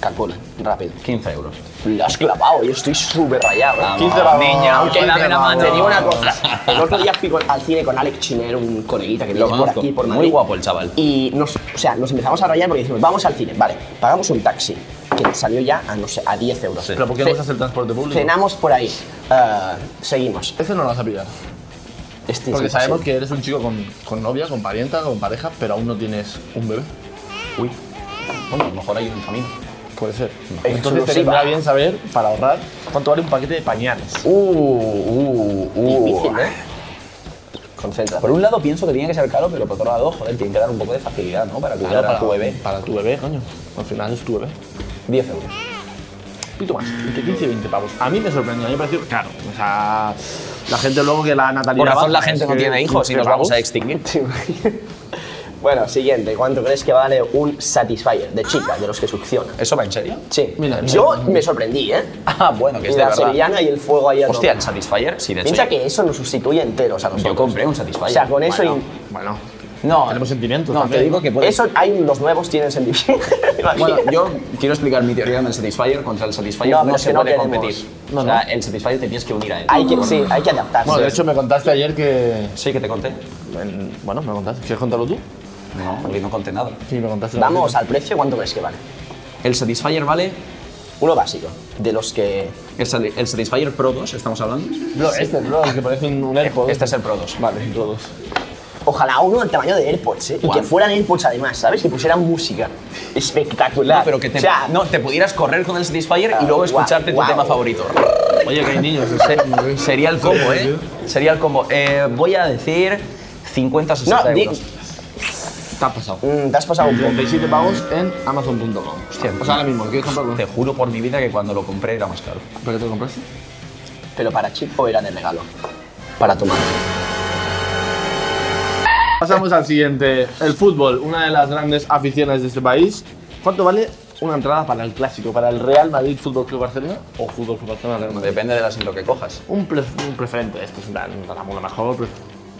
Calcula, rápido.
15 euros.
Lo has clavado, yo estoy súper rayado.
Vamos, 15 pavos,
niña, aunque
15
dame la mano. Te
pavos.
digo una cosa. El otro día fui con- al cine con Alex Chiner, un coleguita que
Lo
vive por
conozco,
aquí, por
muy
Madrid.
guapo el chaval.
Y nos, o sea, nos empezamos a rayar porque decimos, vamos al cine, vale, pagamos un taxi, que nos salió ya a, no sé, a 10 euros.
¿Pero por qué no
Ce-
usas el transporte público?
Cenamos por ahí. Ah, seguimos.
Ese no lo vas a pillar.
Este es
Porque
imposible.
sabemos que eres un chico con, con novia, con parienta, con pareja, pero aún no tienes un bebé.
Uy. Bueno, a lo mejor hay un camino.
Puede ser.
Exclusiva.
Entonces te vendrá bien saber, para ahorrar, cuánto vale un paquete de pañales.
Uh, uh, uh. Difícil, ¿eh? Concentra.
Por un lado pienso que tiene que ser caro, pero por otro lado, joder, tiene que dar un poco de facilidad, ¿no? Para cuidar a tu bebé.
Para tu bebé, coño. Al final es tu bebé.
10 euros.
Pito más, entre 15 y 20 pavos. A mí me sorprendió, a mí me pareció caro. O sea, la gente luego que la natalidad.
Por razón la
baja,
gente
es
no
que
tiene hijos y
15
nos vamos
pavos.
a extinguir.
Bueno, siguiente. ¿Cuánto crees que vale un Satisfyer de chica, de los que succiona?
¿Eso va en serio?
Sí.
Mira, mira.
Yo me sorprendí, ¿eh?
Ah, bueno, que es de
la
verdad.
sevillana y el fuego ahí a
Hostia, el
tope.
Satisfyer, sí, de hecho.
Piensa que eso nos sustituye enteros a
Yo
nosotros.
compré un
O
Satisfyer.
sea, con eso.
Bueno,
y-
Bueno,
No,
Tenemos sentimientos
No,
también,
te digo
¿no?
que puedes.
Eso hay, los nuevos tienen sentido.
Bueno, yo quiero explicar mi teoría del Satisfyer. Contra el Satisfyer
No,
no,
pero es
se
que no
puede
queremos.
competir.
No,
o sea,
no.
el Satisfyer te tienes que unir a él.
hay que, sí, hay que adaptarse.
bueno de hecho me contaste ayer que.
Sí, que te conté.
en- bueno, me contaste. ¿Quieres contarlo tú?
No, porque no conté nada.
Sí, me contaste.
Vamos al precio, ¿cuánto crees que vale?
El Satisfyer vale.
Uno básico, de los que.
El, Sat- el Satisfyer Pro 2, estamos hablando.
Bro, Este, bro, el que parece un, un AirPod.
Este es el Pro 2.
Vale, todos.
Ojalá uno del tamaño de AirPods, ¿eh? Y
Guau.
que fueran AirPods además, ¿sabes? Que pusieran música. Espectacular.
No, pero que te,
O sea,
no, te pudieras correr con el Satisfyer
Ah,
y luego
guau,
escucharte
guau.
tu tema favorito.
Oye, que hay niños.
Se- sería el combo, ¿eh? Sería el combo. Eh, voy a decir 50 60
No, di-
euros.
Te has pasado.
mm, te has pasado un poco.
37 pagos en amazon.com.
Hostia,
o sea, ahora mismo, ¿quieres comprarlo?
Te juro por mi vida que cuando lo compré era más caro.
¿Pero qué te lo compraste?
Pero para Chico era de regalo. Para tu madre.
Pasamos al siguiente. El fútbol, una de las grandes aficiones de este país. ¿Cuánto vale una entrada para el clásico? ¿Para el Real Madrid Fútbol Club Barcelona o Fútbol Club Barcelona Real Madrid?
Depende del asiento que cojas.
Un, pre- un preferente, esto es un plan, una mejor. pre-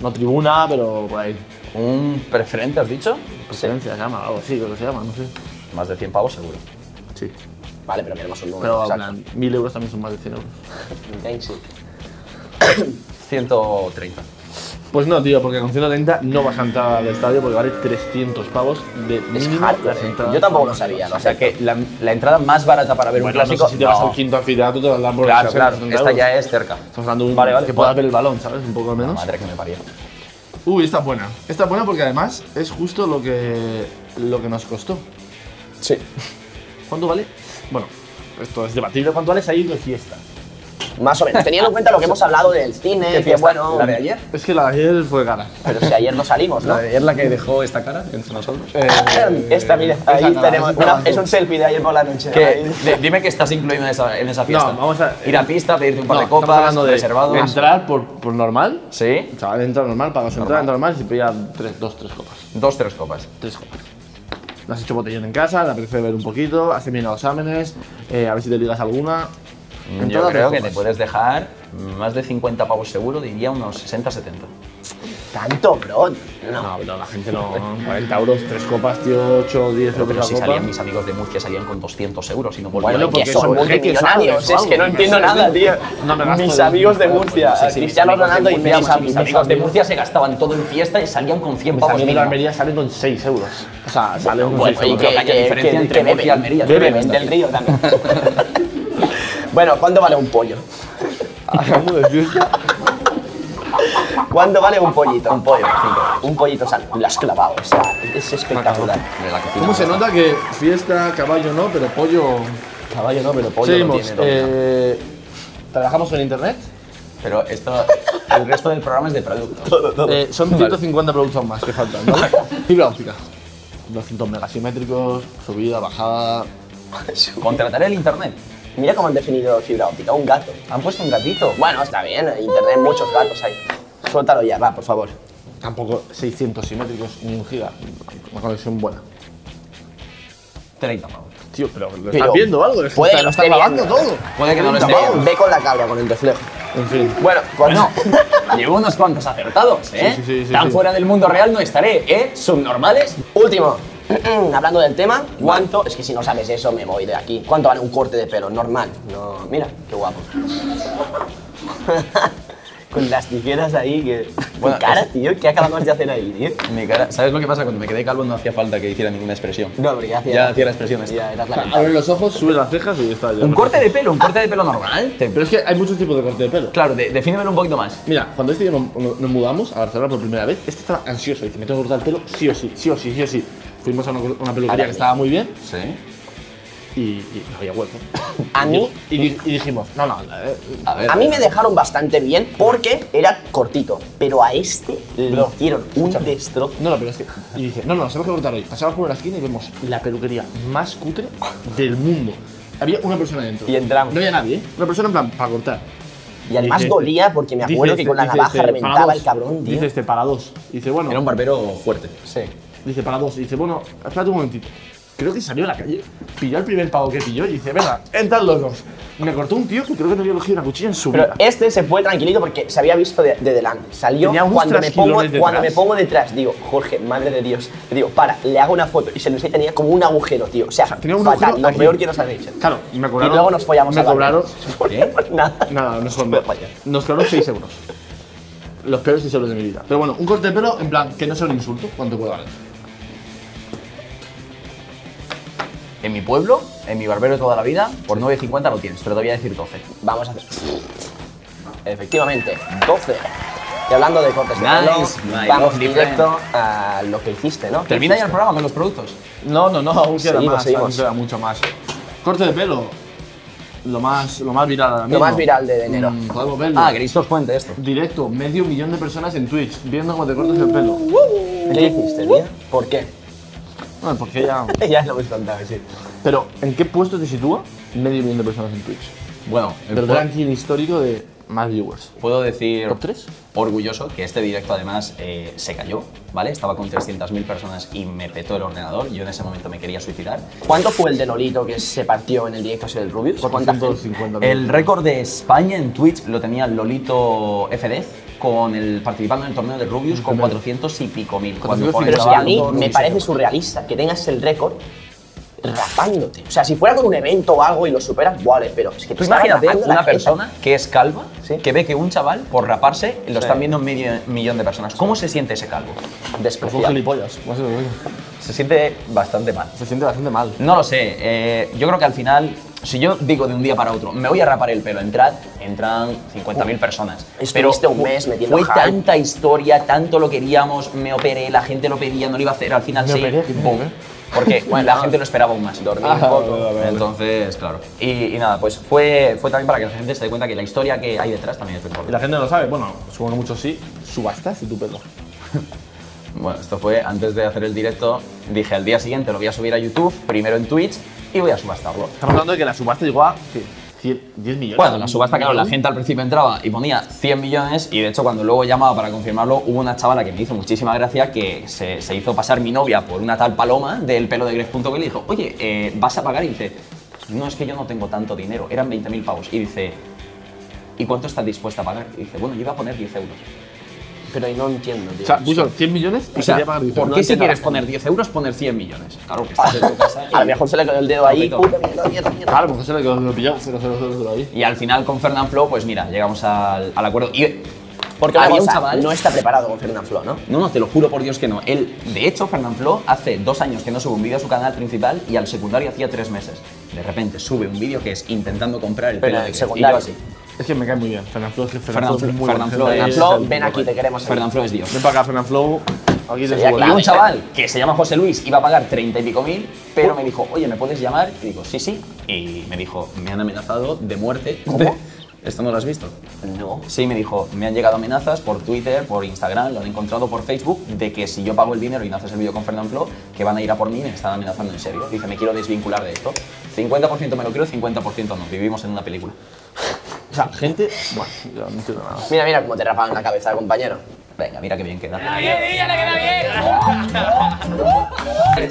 No tribuna, pero por ahí.
¿Un preferente has dicho?
Preferencia se llama, algo así, creo que se llama, no sé.
Más de 100 pavos seguro.
Sí.
Vale, pero queremos un número.
Pero en
exacto.
plan, 1000 euros también son más de 100 euros.
Thanks, sí.
130.
Pues no, tío, porque con 130 no vas a entrar al estadio porque vale 300 pavos de mínimo
hardcore,
las
eh.
entradas.
Yo tampoco lo sabía,
O sea que la, la entrada más barata para ver
Bueno,
un
no sé
clásico.
si te vas
no.
al quinto anfiteatro, te vas a dar por
Claro,
60,
claro.
70
Esta
euros.
ya es cerca.
Estamos hablando de un
Vale, vale,
que
puedo-
pueda ver el balón, ¿sabes? Un poco al menos.
Madre que me parió.
Uy, esta es buena. Esta es buena porque además es justo lo que, lo que nos costó.
Sí.
¿Cuánto vale? Bueno, esto es debatible. ¿Cuánto vale salir de fiesta?
Más o menos. Teniendo en cuenta lo que hemos hablado del cine, que bueno.
¿La de ayer?
Es que la de ayer fue cara.
Pero si ayer no salimos, ¿no?
ayer la eh, que dejó esta cara entre nosotros?
Esta, mira, ahí
esa no,
tenemos.
esa no,
una-
no.
es un selfie de ayer por la noche.
Que,
Ahí.
de- dime que estás incluido en esa, en esa fiesta.
vamos a-
Ir a pista, pedirte un par
No,
de copas,
estamos hablando de
reservado.
entrar por, por normal.
Sí,
El chaval entra normal, paga su entrada, entra normal y se pilla tres, dos, tres copas.
dos, tres copas.
Tres copas. No has hecho botellón en casa, te apetece beber un poquito, has terminado exámenes, eh, a ver si te ligas alguna. En
Yo
todas
creo que
tres
te
copas.
puedes dejar más de 50 pavos seguro, diría unos 60, 70.
Tanto, bro. No.
No, pero la gente no. 40 euros, tres copas, tío, 8, 10
Pero,
euros
pero
la
si
copa.
salían mis amigos de Murcia, salían con 200 euros y no volvían.
Bueno,
Que
porque
son
son jeques
multimillonarios,
árabes o
es que no
algo,
entiendo
no sé.
nada, tío.
No me gasto
Mis
de-
amigos de Murcia,
Sí, sí, mis
Cristiano
amigos de
Ronaldo y
Murcia,
Messi.
mis amigos de Murcia se gastaban todo en fiesta y salían con 100
Mis
pavos.
amigos de
mínimo.
Almería salen con 6 euros. O sea, salen con
bueno,
6
y
euros.
creo que haya diferencia entre
que
Murcia y Almería,
beben, beben
también está
del río también. bueno, ¿cuánto vale un pollo?
Acabamos de fiesta.
¿Cuánto vale un pollito? Un pollo, Un pollito sal. Lo has clavado, o sea, es espectacular.
De la cocina.
¿Cómo se nota que fiesta, caballo no, pero pollo.
Caballo no, pero pollo no
Seguimos.
tiene.
eh, ¿Trabajamos con internet?
Pero esto, el resto del programa es de producto.
Eh, son 150 productos más que faltan, ¿vale? Fibra óptica. 200 megasimétricos, subida, bajada.
Contratar el internet.
Mira cómo han definido fibra óptica, un gato.
Han puesto un gatito.
Bueno, está bien, en internet muchos gatos hay. Suéltalo ya, va, por favor.
Tampoco 600 simétricos ni un giga. Una conexión buena.
30 pavos.
Tío, pero lo
Pero
estás viendo o algo. Está-
puede que
lo
no
estás
esté
grabando
viendo.
todo.
Puede que no lo esté
Ve-
viendo.
Ve con la cabra, con el reflejo.
En fin.
Bueno, pues
Bueno, llevo unos cuantos acertados, ¿eh?
Sí, sí, sí, sí,
Tan
sí.
fuera del mundo real no estaré, ¿eh? Subnormales.
Último. Hablando del tema, ¿cuánto? Es que si no sabes eso me voy de aquí. ¿Cuánto vale un corte de pelo normal? No, mira, qué guapo. Con las tijeras ahí que.
Bueno,
tu cara,
es-
tío, ¿qué acabamos de hacer ahí, tío?
Mi cara, ¿sabes lo que pasa? Cuando me quedé calvo no hacía falta que hiciera ninguna expresión.
No, pero ya hacía.
Ya hacía la expresión esta.
Ya, eras lamentable.
Abre los ojos, sube las cejas y ya está. ya.
Un corte de pelo, un corte de pelo normal. Te-
Pero es que hay muchos tipos de corte de pelo.
Claro, de, defínemelo un poquito más.
Mira, cuando este y yo no- no- nos mudamos a Barcelona por primera vez, este estaba ansioso. Dice, me tengo que cortar el pelo sí o sí, sí o sí, sí o sí. Fuimos a una, una peluquería que estaba muy bien
Sí.
y, y no había hueco.
A mí.
Y, di- y dijimos, no, no, eh,
A ver.
A mí me dejaron bastante bien porque era cortito, pero a este le
Bro,
hicieron un destrozo.
no, no, pero es que... Y dice, no, no, nos tenemos que cortar hoy. Pasamos por una esquina y vemos la peluquería más cutre del mundo. Había una persona dentro.
Y entramos.
No había nadie, ¿eh? Una persona en plan, para cortar.
Y además
Dice-
dolía porque me
dice
acuerdo que
este-
con la
dice
navaja
este, para
reventaba
dos.
el cabrón, tío.
Dice este, para dos. Dice, bueno...
Era un barbero fuerte.
Sí.
Dice, para dos. Dice, bueno, espérate un momentito. Creo que salió a la calle, pilló el primer pavo que pilló y dice, venga, entran los dos. Me cortó un tío que creo que no había cogido una cuchilla en su
Pero
vida.
este se fue tranquilito porque se había visto de, de delante. Salió
Tenía unos
cuando me, pongo,
trasquilones
cuando me
detrás.
pongo detrás. Digo, Jorge, madre de Dios. Le digo, para, le hago una foto. Y se lo enseñé, tenía como un agujero, tío. O sea,
tenía un
fatal.
agujero
Lo
aquí.
peor que nos han hecho.
Claro, y me cobraron.
Y luego nos follamos
Me
a la pues
cobraron. ¿Eh?
¿Qué?
Nada.
Nada, nos cobraron. Nos cobraron 6 euros. Los peores 6 euros de mi vida. Pero bueno, un corte de pelo, en plan, que no sea un insulto, ¿cuánto puede valer?
En mi pueblo, en mi barbero de toda la vida, por 9.50 lo tienes, pero te voy a decir 12.
Vamos a hacer. Efectivamente, 12. Y hablando de cortes de
Nice,
pelo,
my
vamos
lovely
directo a lo que hiciste, ¿no?
Termina ya el programa con los productos.
No, no, no, aún queda
Seguimos,
más.
seguimos.
Aún queda mucho más. Corte de pelo. Lo más, lo más viral ahora mismo.
más viral de enero.
Mm, podemos verlo.
Ah, queréis que os cuente esto.
Directo, medio millón de personas en Twitch viendo cómo te cortas el pelo.
¿Qué hiciste,
Uh.
tío? ¿Por qué?
Bueno, porque ya.
ya lo hemos contado, sí.
Pero, ¿en qué puesto te sitúa medio millón de personas en Twitch?
Bueno,
Del
puedo-
ranking histórico de más viewers.
puedo decir
¿Top 3?
orgulloso que este directo además eh, se cayó, ¿vale? Estaba con 300.000 personas y me petó el ordenador. Yo en ese momento me quería suicidar.
¿Cuánto fue el de Nolito que se partió en el directo ese del Rubius? ¿Cuánta gente?
450
El récord de España en Twitch lo tenía Lolito FD con el participando en el torneo de
Mm,
Rubius con 400 y pico mil. Cuando
450.
fue
Pero es que a mí
acabando,
me
Rubius
parece
se fue.
surrealista que tengas el récord rapándote. O sea, si fuera con un evento o algo y lo superas, vale, pero es que
Tú
te estabas
imagínate
rapando la
una
cabeza.
persona que es calva,
Sí.
que ve que un chaval por raparse lo
Sí.
están viendo medio millón de personas. ¿Cómo se siente ese calvo?
Pues un
despreciable.
gilipollas. Más o menos.
Se siente bastante mal.
Se siente bastante mal.
No lo sé. eh, yo creo que al final si yo digo de un día para otro, me voy a rapar el pelo, entrad, entran 50.000 personas.
Estuviste un mes metiendo
Fue
hype.
tanta historia, tanto lo queríamos, me operé, la gente lo pedía, no lo iba a hacer, al final
Me
sí.
operé, ¿qué
boom.
dices, eh?
Porque bueno, la gente lo esperaba aún más. Dormí
Ah, vale, vale, vale.
Entonces, claro. Y, y nada, pues fue, fue también para que la gente se dé cuenta que la historia que hay detrás también es muy
Y
importante.
la gente no lo sabe, bueno, supongo que muchos sí. Subastas y tu pelo.
Bueno, esto fue antes de hacer el directo. Dije al día siguiente lo voy a subir a YouTube, primero en Twitch y voy a subastarlo.
Estamos hablando de que la subasta llegó a ¿qué? 100, 10 millones.
Bueno, la subasta, claro, la gente al principio entraba y ponía 100 millones y de hecho cuando luego llamaba para confirmarlo hubo una chavala que me hizo muchísima gracia que se, se hizo pasar mi novia por una tal paloma del pelo de Gref.com y le dijo, oye, eh, ¿vas a pagar? Y dice, no es que yo no tengo tanto dinero, eran 20.000 pavos. Y dice, ¿y cuánto estás dispuesta a pagar? Y dice, bueno, yo iba a poner 10 euros.
Pero ahí no entiendo, tío.
O sea, puso 100 millones y
O sea,
quería pagar 10
¿por
euros. No
qué si
entiendo.
quieres poner 10 euros poner 100 millones? Claro que estás en tu casa y-
a lo mejor se le quedó el dedo ahí.
Perfecto.
puta, mierda, mierda, mierda.
Ah,
Claro, porque se le quedó lo pillado, 0, 0, 0, 0 ahí.
Y al final con Fernand Flo, pues mira, llegamos al, al acuerdo. Y
Porque una
había un
cosa,
chaval-
no está preparado con Fernand Flo, ¿no?
No, no, te lo juro por Dios que no. Él, de hecho, Fernán Flo hace dos años que no sube un vídeo a su canal principal y al secundario hacía tres meses. De repente sube un vídeo que es intentando comprar el
Pero
pelo
en el
de Gref. Y
secundario
yo-
sí.
Es que me cae muy bien. Fernanfloo es que Fernanfloo
Fernán Flo,
es muy
Fernán Flo,
Fernán
es-
Flo, ven aquí, te queremos aquí.
Fernán Flo es Dios.
Ven para acá, Fernanfloo. Aquí te
Sería
subo.
clave.
Y un
Vale.
chaval que se llama José Luis iba a pagar treinta y pico mil, pero me dijo, oye, ¿me puedes llamar? Y digo, sí, sí. Y me dijo, me han amenazado de muerte.
¿Cómo?
Esto no lo has visto.
No.
Sí, me dijo, me han llegado amenazas por Twitter, por Instagram, lo han encontrado por Facebook, de que si yo pago el dinero y no haces el vídeo con Fernand Flo, que van a ir a por mí y me están amenazando en serio. Dice, me quiero desvincular de esto. 50% me lo creo, 50% no. Vivimos en una película.
O sea, gente. Bueno, yo no entiendo nada.
Mira, mira cómo te rapaban la cabeza, compañero.
Venga, mira qué bien queda.
queda bien!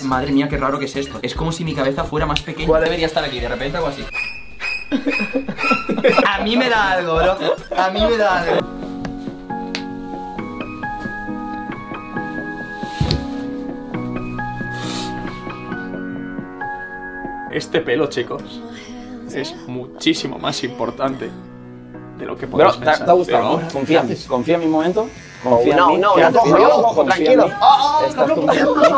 Madre mía, qué raro que es esto. Es como si mi cabeza fuera más pequeña. debería estar aquí? De repente algo así.
A mí me da algo, bro. A mí me da algo.
Este pelo, chicos, es muchísimo más importante de lo que
Pero,
podéis
¿te,
pensar.
te ha gustado?
Pero-
Confía en mí. Confía en mi momento. Confía
no,
en mí.
no,
Confía
lo
en mí.
cojo, yo lo cojo,
Confía en
tranquilo.
mí.
Ah, ah,
Estás confiando en mí.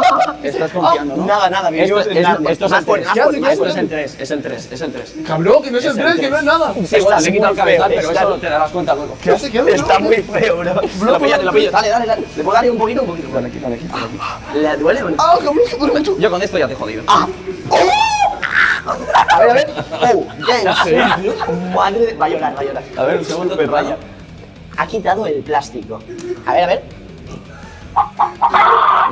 Estás confiando, ¿no?
Nada, nada,
Esto,
vivimos
esto,
en Narnia.
esto es
Más
el
fuerte,
tres.
más fuerte, más
Esto es
fuerte.
el 3, es el 3, es el 3.
Cabrón, que no es el 3, que no es nada.
Sí, bueno,
Estás
le he quitado el
muy feo,
cabezal, pero
estás-
eso te darás cuenta luego.
¿Qué hace? ¿Qué hace?
Está muy feo, bro. Lo pillo, te lo pillo. Dale, dale, dale. ¿Le puedo dar un poquito, un poquito?
Dale aquí, dale aquí. dale aquí.
¿Le duele o no?
Ah, cabrón, que duele mucho.
Yo con esto ya te he jodido.
ah, A ver, a ver. Oh, denso. Madre de... Va a llorar, va a llorar.
A ver, un segundo te raya.
Ha quitado el plástico. A ver, a ver.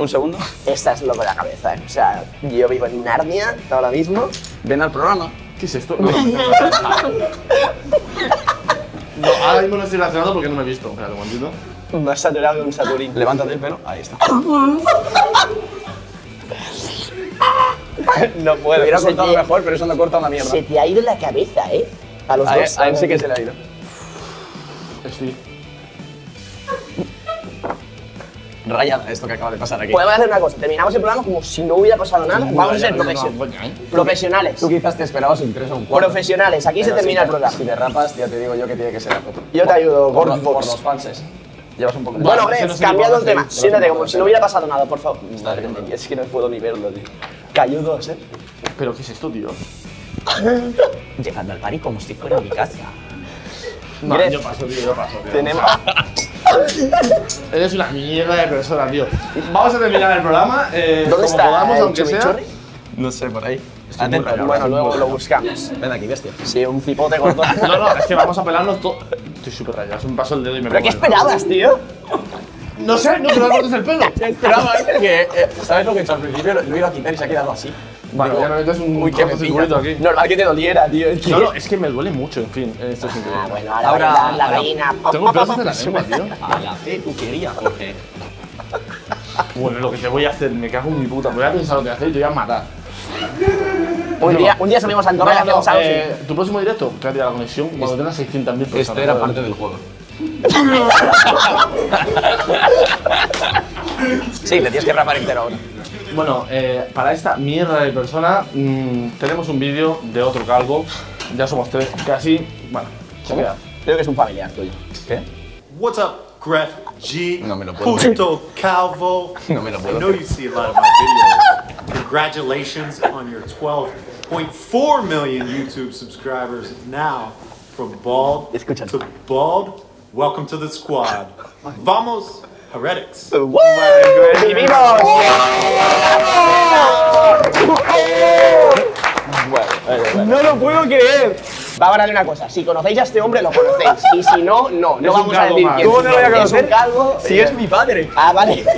Un segundo.
Esta es loco de la cabeza. eh. O sea, yo vivo en Narnia ahora mismo.
Ven al programa.
¿Qué es esto? No, No, ahora mismo no estoy relacionado porque no me he visto. Espera, un momentito.
Más saturado de un saturín.
Levántate el pelo. Ahí está.
No puedo.
Hubiera
se,
cortado
te,
mejor, pero eso no corta una mierda.
se te ha ido la cabeza, ¿eh? A los
A él,
dos.
a él sí que se le ha ido.
Estoy.
Raya esto que acaba de pasar aquí.
Podemos hacer una cosa. Terminamos el programa como si no hubiera pasado nada. Vamos a ser profesio- profesionales.
Tú quizás te esperabas un 3 o un 4.
Profesionales. Aquí se
Pero
termina
si
el
te-
programa.
Si te rapas, ya te digo yo que tiene que ser algo.
Yo te ayudo,
Por,
Gordon
por
Fox.
los fanses. Llevas un poco de
Bueno,
Vale, es que no
Gref,
sé ni
cambiando el
cómo
tema.
hacer.
Siéntate como si no hubiera
Está
pasado nada, por favor.
bien, está bien.
Es que no puedo ni verlo, tío. Cayó dos, ¿eh?
¿Pero qué es esto, tío?
Llegando al party como si fuera mi casa.
No,
Gref.
yo paso, tío, yo paso, tío.
Tenemos.
Eres una mierda de persona, tío. Vamos a terminar el programa. Eh,
¿Dónde
como
está?
podamos,
el
aunque sea.
chimichurri?
No sé, por ahí.
muy
Atento.
rayado.
Bueno,
Bueno, luego lo buscamos.
ven aquí, bestia.
Sí, un cipote gordo.
No, no, es que vamos a pelarnos todo. Estoy súper rayado. Es un paso el dedo y me
¿Pero qué
pongo el-
esperabas, tío?
No sé, no, pero no cortes el pelo.
Esperaba que. eh, ¿Sabes lo que he hecho al principio? Lo iba a quitar y se ha quedado así.
Bueno, ya me metes un
Uy, qué me
cortocircuito
pilla.
aquí.
Normal que te doliera, tío. es que-
No, no, es que me duele mucho, en fin. Esto es
Ah,
increíble.
bueno, ahora,
Ahora-
voy a dar la
ahora-
gallina.
Tengo pedazos de la lengua, tío.
A la fe, tú querías, Jorge.
Bueno, lo que te voy a hacer, me cago en mi puta. Me voy a pensar lo que hacer y te voy a matar.
Un día, un día subimos a Andorra y
No, no,
hacemos algo.
eh, tu próximo directo, quédate a la conexión cuando tengas 600.000 personas.
Este
Esto Este era parte del juego. Sí, te tienes que rapar entero ahora.
Bueno, eh, para esta mierda de persona mm, tenemos un vídeo de otro calvo. Ya somos tres, casi. Bueno, se queda.
Creo que es un familiar tuyo.
¿Qué?
What's up, Gref G?
No me lo puedo creer.
Justo Calvo.
No me lo
I
puedo
know you see a lot of my videos. Congratulations on your 12 1.4 million YouTube subscribers now from bald to bald. Welcome to the squad. Vamos, heretics.
¡Y vivos!
No lo puedo creer.
Vamos a darle una cosa. Si conocéis a este hombre, lo conocéis. Y si no, no. No
Es un
vamos a
calvo
decir
más.
quién
¿Cómo no lo voy a
Es un
conocer?
calvo.
Si es mi padre.
Ah, vale.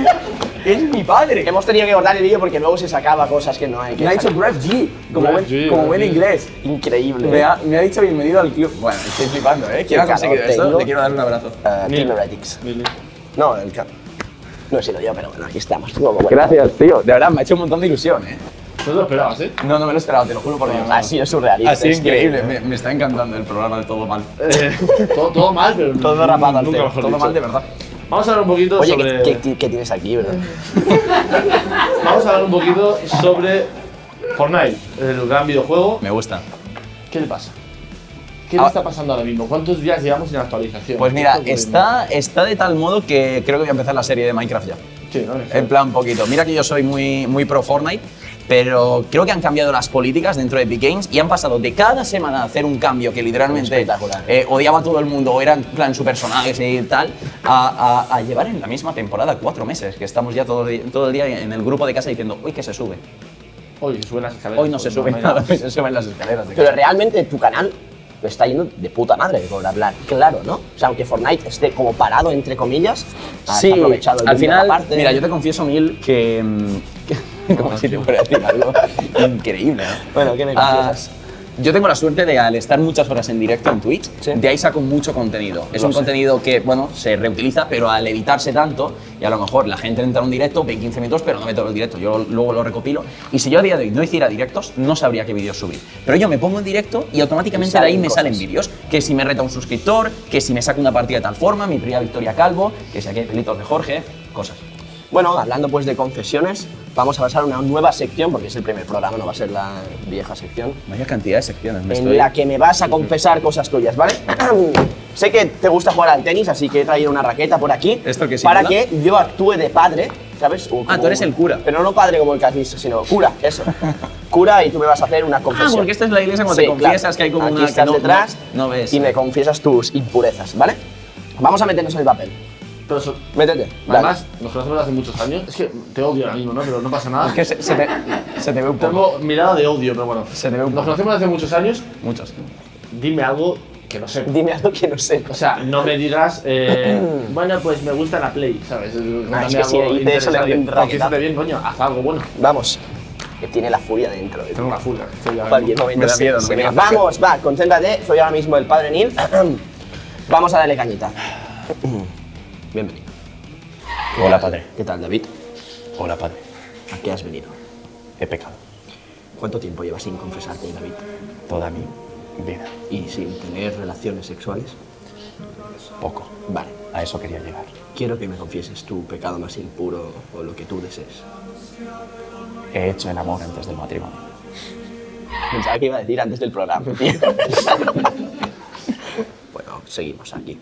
Es mi padre.
Hemos tenido que cortar el vídeo porque luego se sacaba cosas que no hay que
Me ha dicho
sacar.
Gref G, como
Gref
buen,
G,
como
Gref
buen
G.
inglés.
Increíble.
Me ha, me ha dicho bienvenido al club. Bueno, estoy flipando, ¿eh? ¿Quién
Qué
ha conseguido
calor
esto?
tengo.
Le quiero dar un abrazo.
Ah,
Ni-
Team Heretics.
Mili.
No, el ca- No he sido yo, pero bueno, aquí estamos. Como, bueno.
Gracias, tío. De verdad, me ha hecho un montón de ilusión, ¿eh?
No te lo esperabas, ¿eh?
No, no me lo esperaba, te lo juro
Ah,
por Dios.
Ha sido surrealista.
Ha sido
es que-
increíble. Me, me está encantando el programa de Todo Mal.
Eh, todo, todo mal, pero.
Todo rapado al
nunca
cero.
mejor
Todo
dicho.
mal de verdad.
Vamos a hablar un poquito
Oye,
sobre.
¿qué- ¿qué, qué tienes aquí, bro?
Mm.
Vamos a hablar un poquito sobre. Fortnite, el gran videojuego.
Me gusta.
¿Qué le pasa? ¿Qué le
Ah.
está pasando ahora mismo? ¿Cuántos días llevamos sin actualización?
Pues
¿Qué
mira,
ocurriendo?
está, está de tal modo que creo que voy a empezar la serie de Minecraft ya.
Sí, ¿no? Es-
En plan poquito. Mira que yo soy muy, muy pro Fortnite, pero creo que han cambiado las políticas dentro de Epic Games y han pasado de cada semana a hacer un cambio que literalmente
Espectacular.
eh, odiaba a todo el mundo o eran en plan su personaje y tal, a, a- a llevar en la misma temporada cuatro meses, que estamos ya todo, el di- todo el día en el grupo de casa diciendo, uy, que se sube.
Hoy se suben las escaleras.
Hoy no se
Pues,
sube
no,
nada,
mira.
hoy se suben las escaleras. de
Pero
casa.
realmente tu canal lo está yendo de puta madre con hablar, claro, ¿no? O sea, aunque Fortnite esté como parado, entre comillas, has aprovechado el
al
boom de la
final,
parte.
mira, yo te confieso, Mil, que... mm, como si te fuera a decir algo increíble, ¿no?
Bueno, ¿qué me
Ah,
confiesas?
yo tengo la suerte de, al estar muchas horas en directo en Twitch, de ahí saco mucho contenido. Es un contenido que, bueno, se reutiliza, pero al editarse tanto, y a lo mejor la gente entra a un directo, ve 15 minutos, pero no ve todo el directo. Yo luego lo recopilo. Y si yo a día de hoy no hiciera directos, no sabría qué vídeos subir. Pero yo me pongo en directo y automáticamente de ahí
salen
me
cosas.
salen vídeos. Que si me reta un suscriptor, que si me saco una partida de tal forma, mi prima Victoria Calvo, que si aquí hay pelitos de Jorge, cosas.
Bueno, hablando pues de concesiones, vamos a pasar a una nueva sección, porque es el primer programa, no va a ser la vieja sección,
Vaya cantidad de secciones, me
en
estoy-
la que me vas a confesar cosas tuyas, ¿vale? sé que te gusta jugar al tenis, así que he traído una raqueta por aquí
¿Esto qué
para
simula?
que yo actúe de padre, ¿sabes? O
Ah,
como-
tú eres el cura.
Pero no padre como el que has visto, sino cura, eso. cura y tú me vas a hacer una
Ah,
confesión.
porque esta es la iglesia cuando te
Sí,
confiesas
claro.
que hay como
Aquí
una que
estás
no,
detrás
no, no ves.
y me confiesas tus impurezas, ¿vale? Vamos a meternos en el papel.
Pero so-
Métete. dale.
Además, nos conocemos hace muchos años. Es que te odio ahora mismo, ¿no? Pero no pasa nada.
Es que se, se te, se te ve un poco.
Tengo mirada de odio, pero bueno.
Se te ve un
Nos
poco.
conocemos hace muchos años.
Muchos.
Dime algo que no sé.
dime algo que no sé.
O sea, no me digas, eh, bueno, pues me gusta la Play, ¿sabes?
Ah, es
Dame
que si
algo
ahí de eso le doy un
interesante.
raquetazo.
Confiésate bien, coño, haz algo bueno.
Vamos. Que tiene la furia dentro.
Ah,
Tengo una furia. estoy ya-
Cualquier momento
Me da
se-
miedo, no
se
me
me-
digas.
Vamos, va, concéntrate. Soy ahora mismo el padre Neil. Vamos a darle cañita. Bienvenido.
Hola, padre.
¿Qué tal, David?
Hola, padre.
¿A qué has venido?
He pecado
¿Cuánto tiempo llevas sin confesarte, David?
toda mi vida.
Y sin tener relaciones sexuales.
Poco.
Vale.
A eso quería llegar.
Quiero que me confieses tu pecado más impuro o lo que tú desees.
He hecho el amor antes del matrimonio.
Pensaba que iba a decir antes del programa. bueno, seguimos aquí.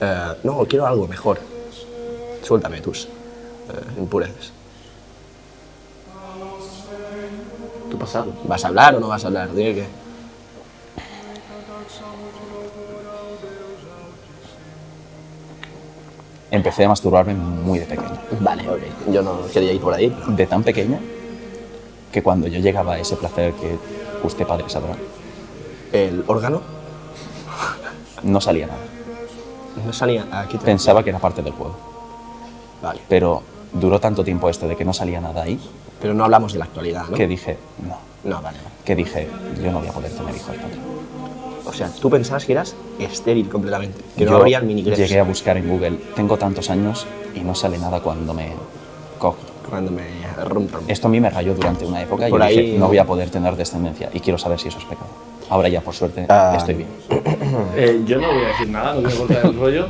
Eh, no, quiero algo mejor. Suéltame tus eh, impurezas.
Tu pasado.
¿Vas a hablar o no vas a hablar? Dime que.
Empecé a masturbarme muy de pequeño.
Vale, ok. Yo no quería ir por ahí. pero-
De tan pequeño que cuando yo llegaba a ese placer que usted padre sabrá,
¿El órgano?
no salía nada.
No salía. Aquí te-
Pensaba que era parte del juego.
Vale.
Pero duró tanto tiempo esto de que no salía nada ahí
Pero no hablamos de la actualidad, ¿no?
que dije, no.
No, vale. vale.
Que dije, yo no voy a poder tener hijos, padre.
O sea, tú pensabas que eras estéril completamente. Que no
Yo
habría el mini
Llegué a buscar en Google, tengo tantos años y no sale nada cuando me cojo.
Cuando me rompo.
Esto a mí me rayó durante una época y
Por
yo dije,
ahí-
no voy a poder tener descendencia y quiero saber si eso es pecado. Ahora ya, por suerte, estoy bien.
Eh, yo no voy a decir nada, no voy a cortar el rollo.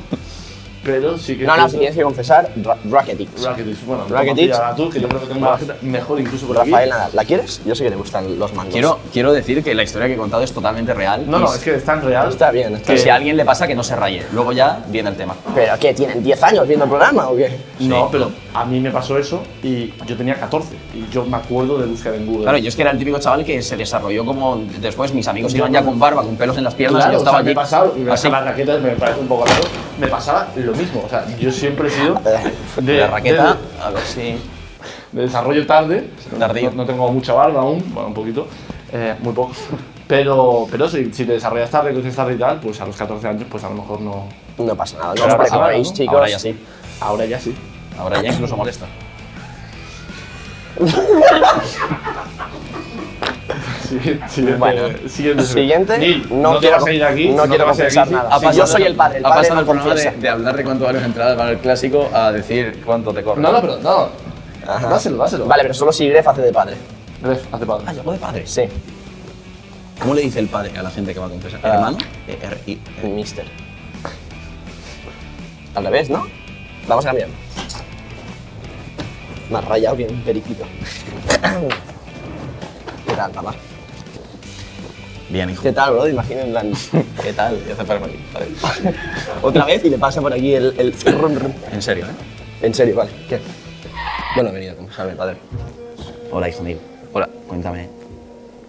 Pero sí que.
No, no,
pienso-
si tienes que confesar, Ra- Rakitic.
Rakitic, bueno,
Rakitic.
toma tía, tú, que yo creo que tengo la tarjeta mejor incluso por aquí.
Rafael Nadal, ¿la quieres? Yo sé que te gustan los mangos.
Quiero, quiero decir que la historia que he contado es totalmente real.
No,
y
no,
si-
es que es tan real.
Está bien, está
que si
bien.
a alguien le pasa que no se raye. Luego ya viene el tema.
¿Pero qué? ¿Tienen 10 años viendo el programa o qué?
No, pero a mí me pasó eso y yo tenía 14 y yo me acuerdo de buscar en Google.
Claro, yo es que era el típico chaval que se desarrolló como después mis amigos
Yo
iban
no-
ya con barba, con pelos en las piernas
Claro,
y yo estaba
o sea, me
allí.
pasaba, me
así.
pasaba las raquetas, me parece un poco raro, me pasaba lo mismo, o sea, yo siempre he sido de,
la raqueta,
de-
a ver si.
de desarrollo tarde,
Tardío.
No, no tengo mucha barba aún, bueno, un poquito, eh, muy poco, pero, pero si, si te desarrollas tarde, creces tarde y tal, pues a los 14 años, pues a lo mejor no,
No pasa nada, no
Pero
os
ahora sí,
preocupéis,
¿no?
chicos.
Ahora ya sí.
ahora ya sí.
Ahora ya incluso molesta.
Siguiente, siguiente,
Bueno.
siguiente.
Siguiente,
Neil,
no
no, te
quiero-
vas a ir de aquí,
no
te
quiero
vas a ir de
confesar
aquí.
nada.
Ha pasado-
yo soy el padre, el
ha
padre
pasado
no
el programa de,
confiesa.
de hablar de cuánto valen las entradas para el clásico a decir cuánto te corre.
No, no, pero no, dáselo, dáselo.
Vale, pero solo si Gref hace de padre.
Ref, hazte para
Ah,
adelante.
llamó de padre.
Sí,
¿Cómo le dice el padre a la gente que va a confesar?
Ah. Uh,
¿Hermano? Eh, er- i-
mister. Al revés, ¿no? Vamos a cambiar. Más rayado que un periquito. ¿Qué tal, papá?
Bien, hijo.
¿Qué tal, bro? Imaginen la...
¿Qué tal? Ya se para por aquí. Vale.
Otra vez y le pasa por aquí el... el... rum, rum.
En serio, ¿eh?
en serio, vale. ¿Qué?
Bueno, he venido a confesarme, padre. Hola, hijo mío. Hola. Cuéntame.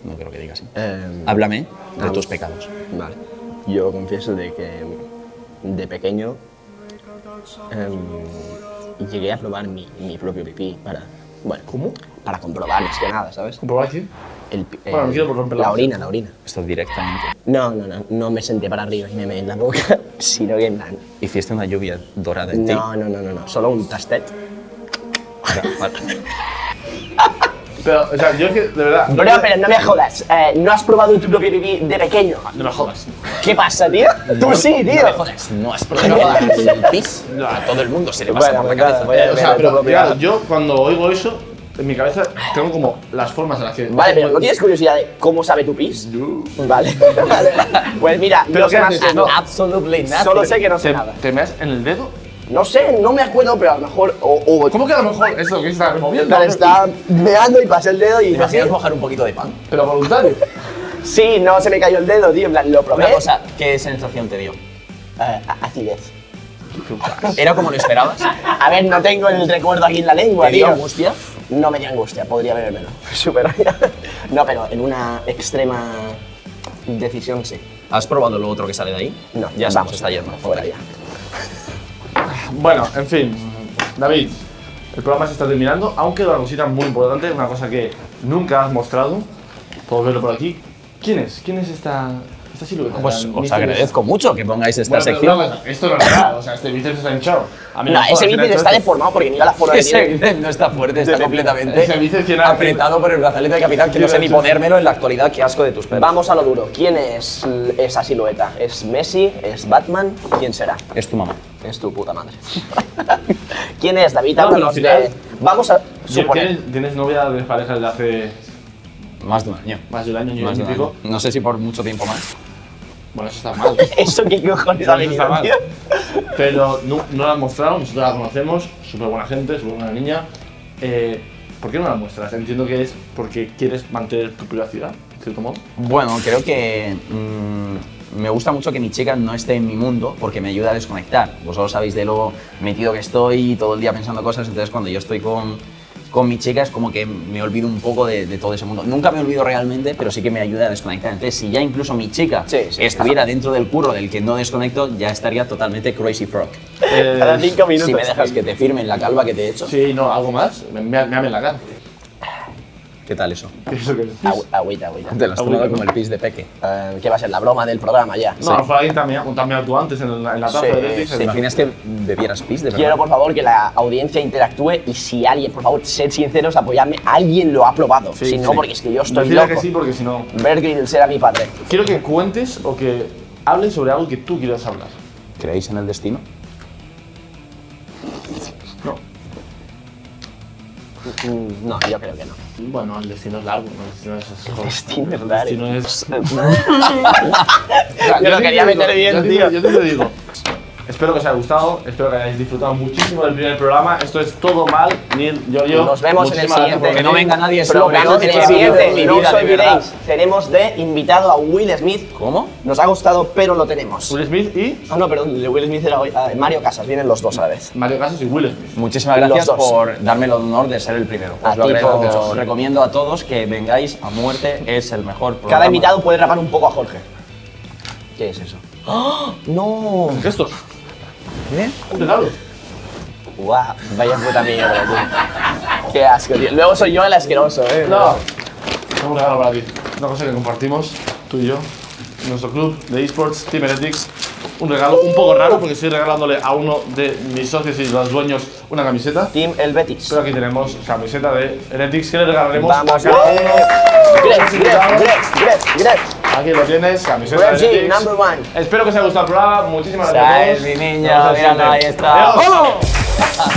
No creo que digas así.
Em,
Háblame de
ah.
tus pecados.
Vale. Yo confieso de que de pequeño em, llegué a probar mi, mi propio pipí para. Bueno,
¿Cómo?
Para comprobar, más que nada, ¿sabes?
¿Comprobar quién?
El, pi-
Bueno,
el-
no quiero romper la
la
mesa.
orina, la orina.
Esto directamente.
No, no, no, no me senté para arriba y me meé en la boca, sino que en plan.
Hiciste una lluvia dorada en ti.
No, no, no, no, no, solo un tastet.
Vale.
Pero, o sea, yo es que, de verdad.
Bro, pero no me jodas, eh, ¿no has probado tu propio pipí de pequeño?
No me jodas.
¿Qué pasa, tío? Tú sí, tío.
No me jodas, no has probado el pis. A todo el mundo se le pasa
Bueno,
por la
pues nada,
cabeza.
voy a-
o
voy a-
sea, pero
voy a-
claro, yo cuando oigo eso, en mi cabeza tengo como las formas en las que.
Vale, pero ¿no tienes curiosidad de cómo sabe tu pis?
No.
Vale, vale. Pues mira,
¿Pero
no sé
qué
más
haces? No.
Absolutely nothing. Solo sé que no sé
¿Te,
nada.
te meas en el dedo?
No sé, no me acuerdo, pero a lo mejor. O,
Pues,
o
¿Cómo que a lo mejor eso que está removiendo?
Vale, está meando y pasé el dedo y.
¿Te imaginas mojar un poquito de pan?
Pero voluntario.
Sí, no se me cayó el dedo, tío. En plan, lo probé.
Una cosa, ¿qué sensación te dio?
Eh, acidez.
¿Era como lo esperabas?
A ver, no tengo el recuerdo aquí en la lengua,
¿Te dio
tío.
angustia?
No me dio angustia, podría bebérmelo. Súper. no, pero en una extrema decisión sí.
¿Has probado lo otro que sale de ahí?
No,
ya
vamos,
sabemos, está yendo.
Fuera ya.
Bueno, en fin, David, el programa se está terminando. Aún queda una cosita muy importante, una cosa que nunca has mostrado. Puedo verlo por aquí. ¿Quién es? ¿Quién es esta, esta silueta?
Pues
Tan
os
misteriosa.
agradezco mucho que pongáis esta
Bueno, pero
sección.
una cosa, esto no es nada, o sea, este bíceps está hinchado. A mí
No,
me jodas,
ese
¿quién ha
bíceps
hecho
está
esto?
deformado porque mira la forma que
Ese
tiene.
bíceps no está fuerte, está
Ese
completamente
bíceps, ¿quién ha-
apretado por el brazalete de capitán, que no sé ni ponérmelo en la actualidad. Qué asco de tus pelos.
Vamos a lo duro. ¿Quién es l- esa silueta? ¿Es Messi? ¿Es Batman? ¿Quién será?
Es tu mamá.
Es tu puta madre. ¿Quién es David?
No, pero
Háblanos
al final-
de- Vamos a suponer.
¿Tienes, tienes novia de pareja desde hace
Más de un año.
más de un año, año
Más
y
de un
pico?
año. No sé si por mucho tiempo más.
Bueno, eso está mal.
¿Eso qué cojones ha
Eso está
venido,
mal.
tío?
Pero no, no la han mostrado, nosotros la conocemos, súper buena gente, súper buena niña. Eh, ¿Por qué no la muestras? Entiendo que es porque quieres mantener tu privacidad, de cierto modo.
Bueno, creo que mm, me gusta mucho que mi chica no esté en mi mundo porque me ayuda a desconectar. Vosotros sabéis de lo metido que estoy todo el día pensando cosas, entonces cuando yo estoy con, con mi chica es como que me olvido un poco de, de todo ese mundo. Nunca me olvido realmente, pero sí que me ayuda a desconectar. Entonces, si ya incluso mi chica
Sí, sí.
estuviera dentro del curro del que no desconecto, ya estaría totalmente crazy frog.
Eh,
Cada cinco minutos.
Si me dejas que te firmen la calva que te he hecho,
Sí, no, algo más. Me, me, me amen la cara.
¿qué tal eso?
¿Qué es lo que dices?
Agü- Agüita, agüita.
Te lo has tomado como el pis de peque.
Eh, ¿Qué va a ser? La broma del programa ya.
No, fue alguien también, un también tú antes en la, en la taza
Sí,
de Betis,
sí.
¿Te
en la-
imaginas que bebieras pis de verdad?
Quiero, por favor, que la audiencia interactúe y si alguien, por favor, sed sinceros, apoyadme. Alguien lo ha probado.
Sí,
si no,
sí.
porque es que yo estoy
Decidle
loco.
que sí, porque si no.
Bear Grylls era mi padre.
Quiero que cuentes o que hables sobre algo que tú quieras hablar.
¿Creéis en el destino?
No.
Mm, No, yo creo que no.
Bueno, el destino es largo, ¿no? el destino es. El
destino es eh.
El destino es.
Yo lo quería meter bien,
yo te-
tío.
Yo te lo digo. Es Espero que os haya gustado, espero que hayáis disfrutado muchísimo del primer programa. Esto es todo mal, Neil, yo, yo.
Nos vemos en el
Muchísimas gracias
siguiente.
por
Que no
venir.
venga nadie
Pero lo
sobre
peor en
otro.
el
Sí,
siguiente,
sí, sí,
no os
sí, de verdad.
olvidéis, tenemos de invitado a Will Smith.
¿Cómo?
Nos ha gustado, pero lo tenemos.
Will Smith y
Ah, no, perdón, de Will Smith era hoy. ah, Mario Casas, vienen los dos a la vez.
Mario Casas y Will Smith.
Muchísimas
Los
gracias
dos.
por darme el honor de ser el primero.
A
Os lo
ti
agradezco
por-
mucho. Os recomiendo a todos que vengáis a muerte. Es el mejor programa.
Cada invitado puede rapar un poco a Jorge. ¿Qué es eso?
¡No!
Gestos.
¿Eh?
Un regalo.
¡Guau! Vaya puta mierda, tío. Qué asco, tío. Luego soy yo el asqueroso, eh.
No. Tengo un regalo para ti. Una cosa que compartimos, tú y yo, en nuestro club de esports, Team Heretics. Un regalo un poco raro porque estoy regalándole a uno de mis socios y los dueños una camiseta.
Team El Betis.
Pero aquí tenemos camiseta de Heretics que le regalaremos a
Vamos,
cada
Grex, Grex,
uno.
Grex, Grex, Grex.
Aquí lo tienes, camiseta
Grex,
de
G,
Heretics.
number one.
Espero que os haya gustado el programa. Muchísimas gracias.
Sabes,
a
mi
todos.
niño,
Nos vemos en el
míralo, ahí
siguiente.
está.
Adiós.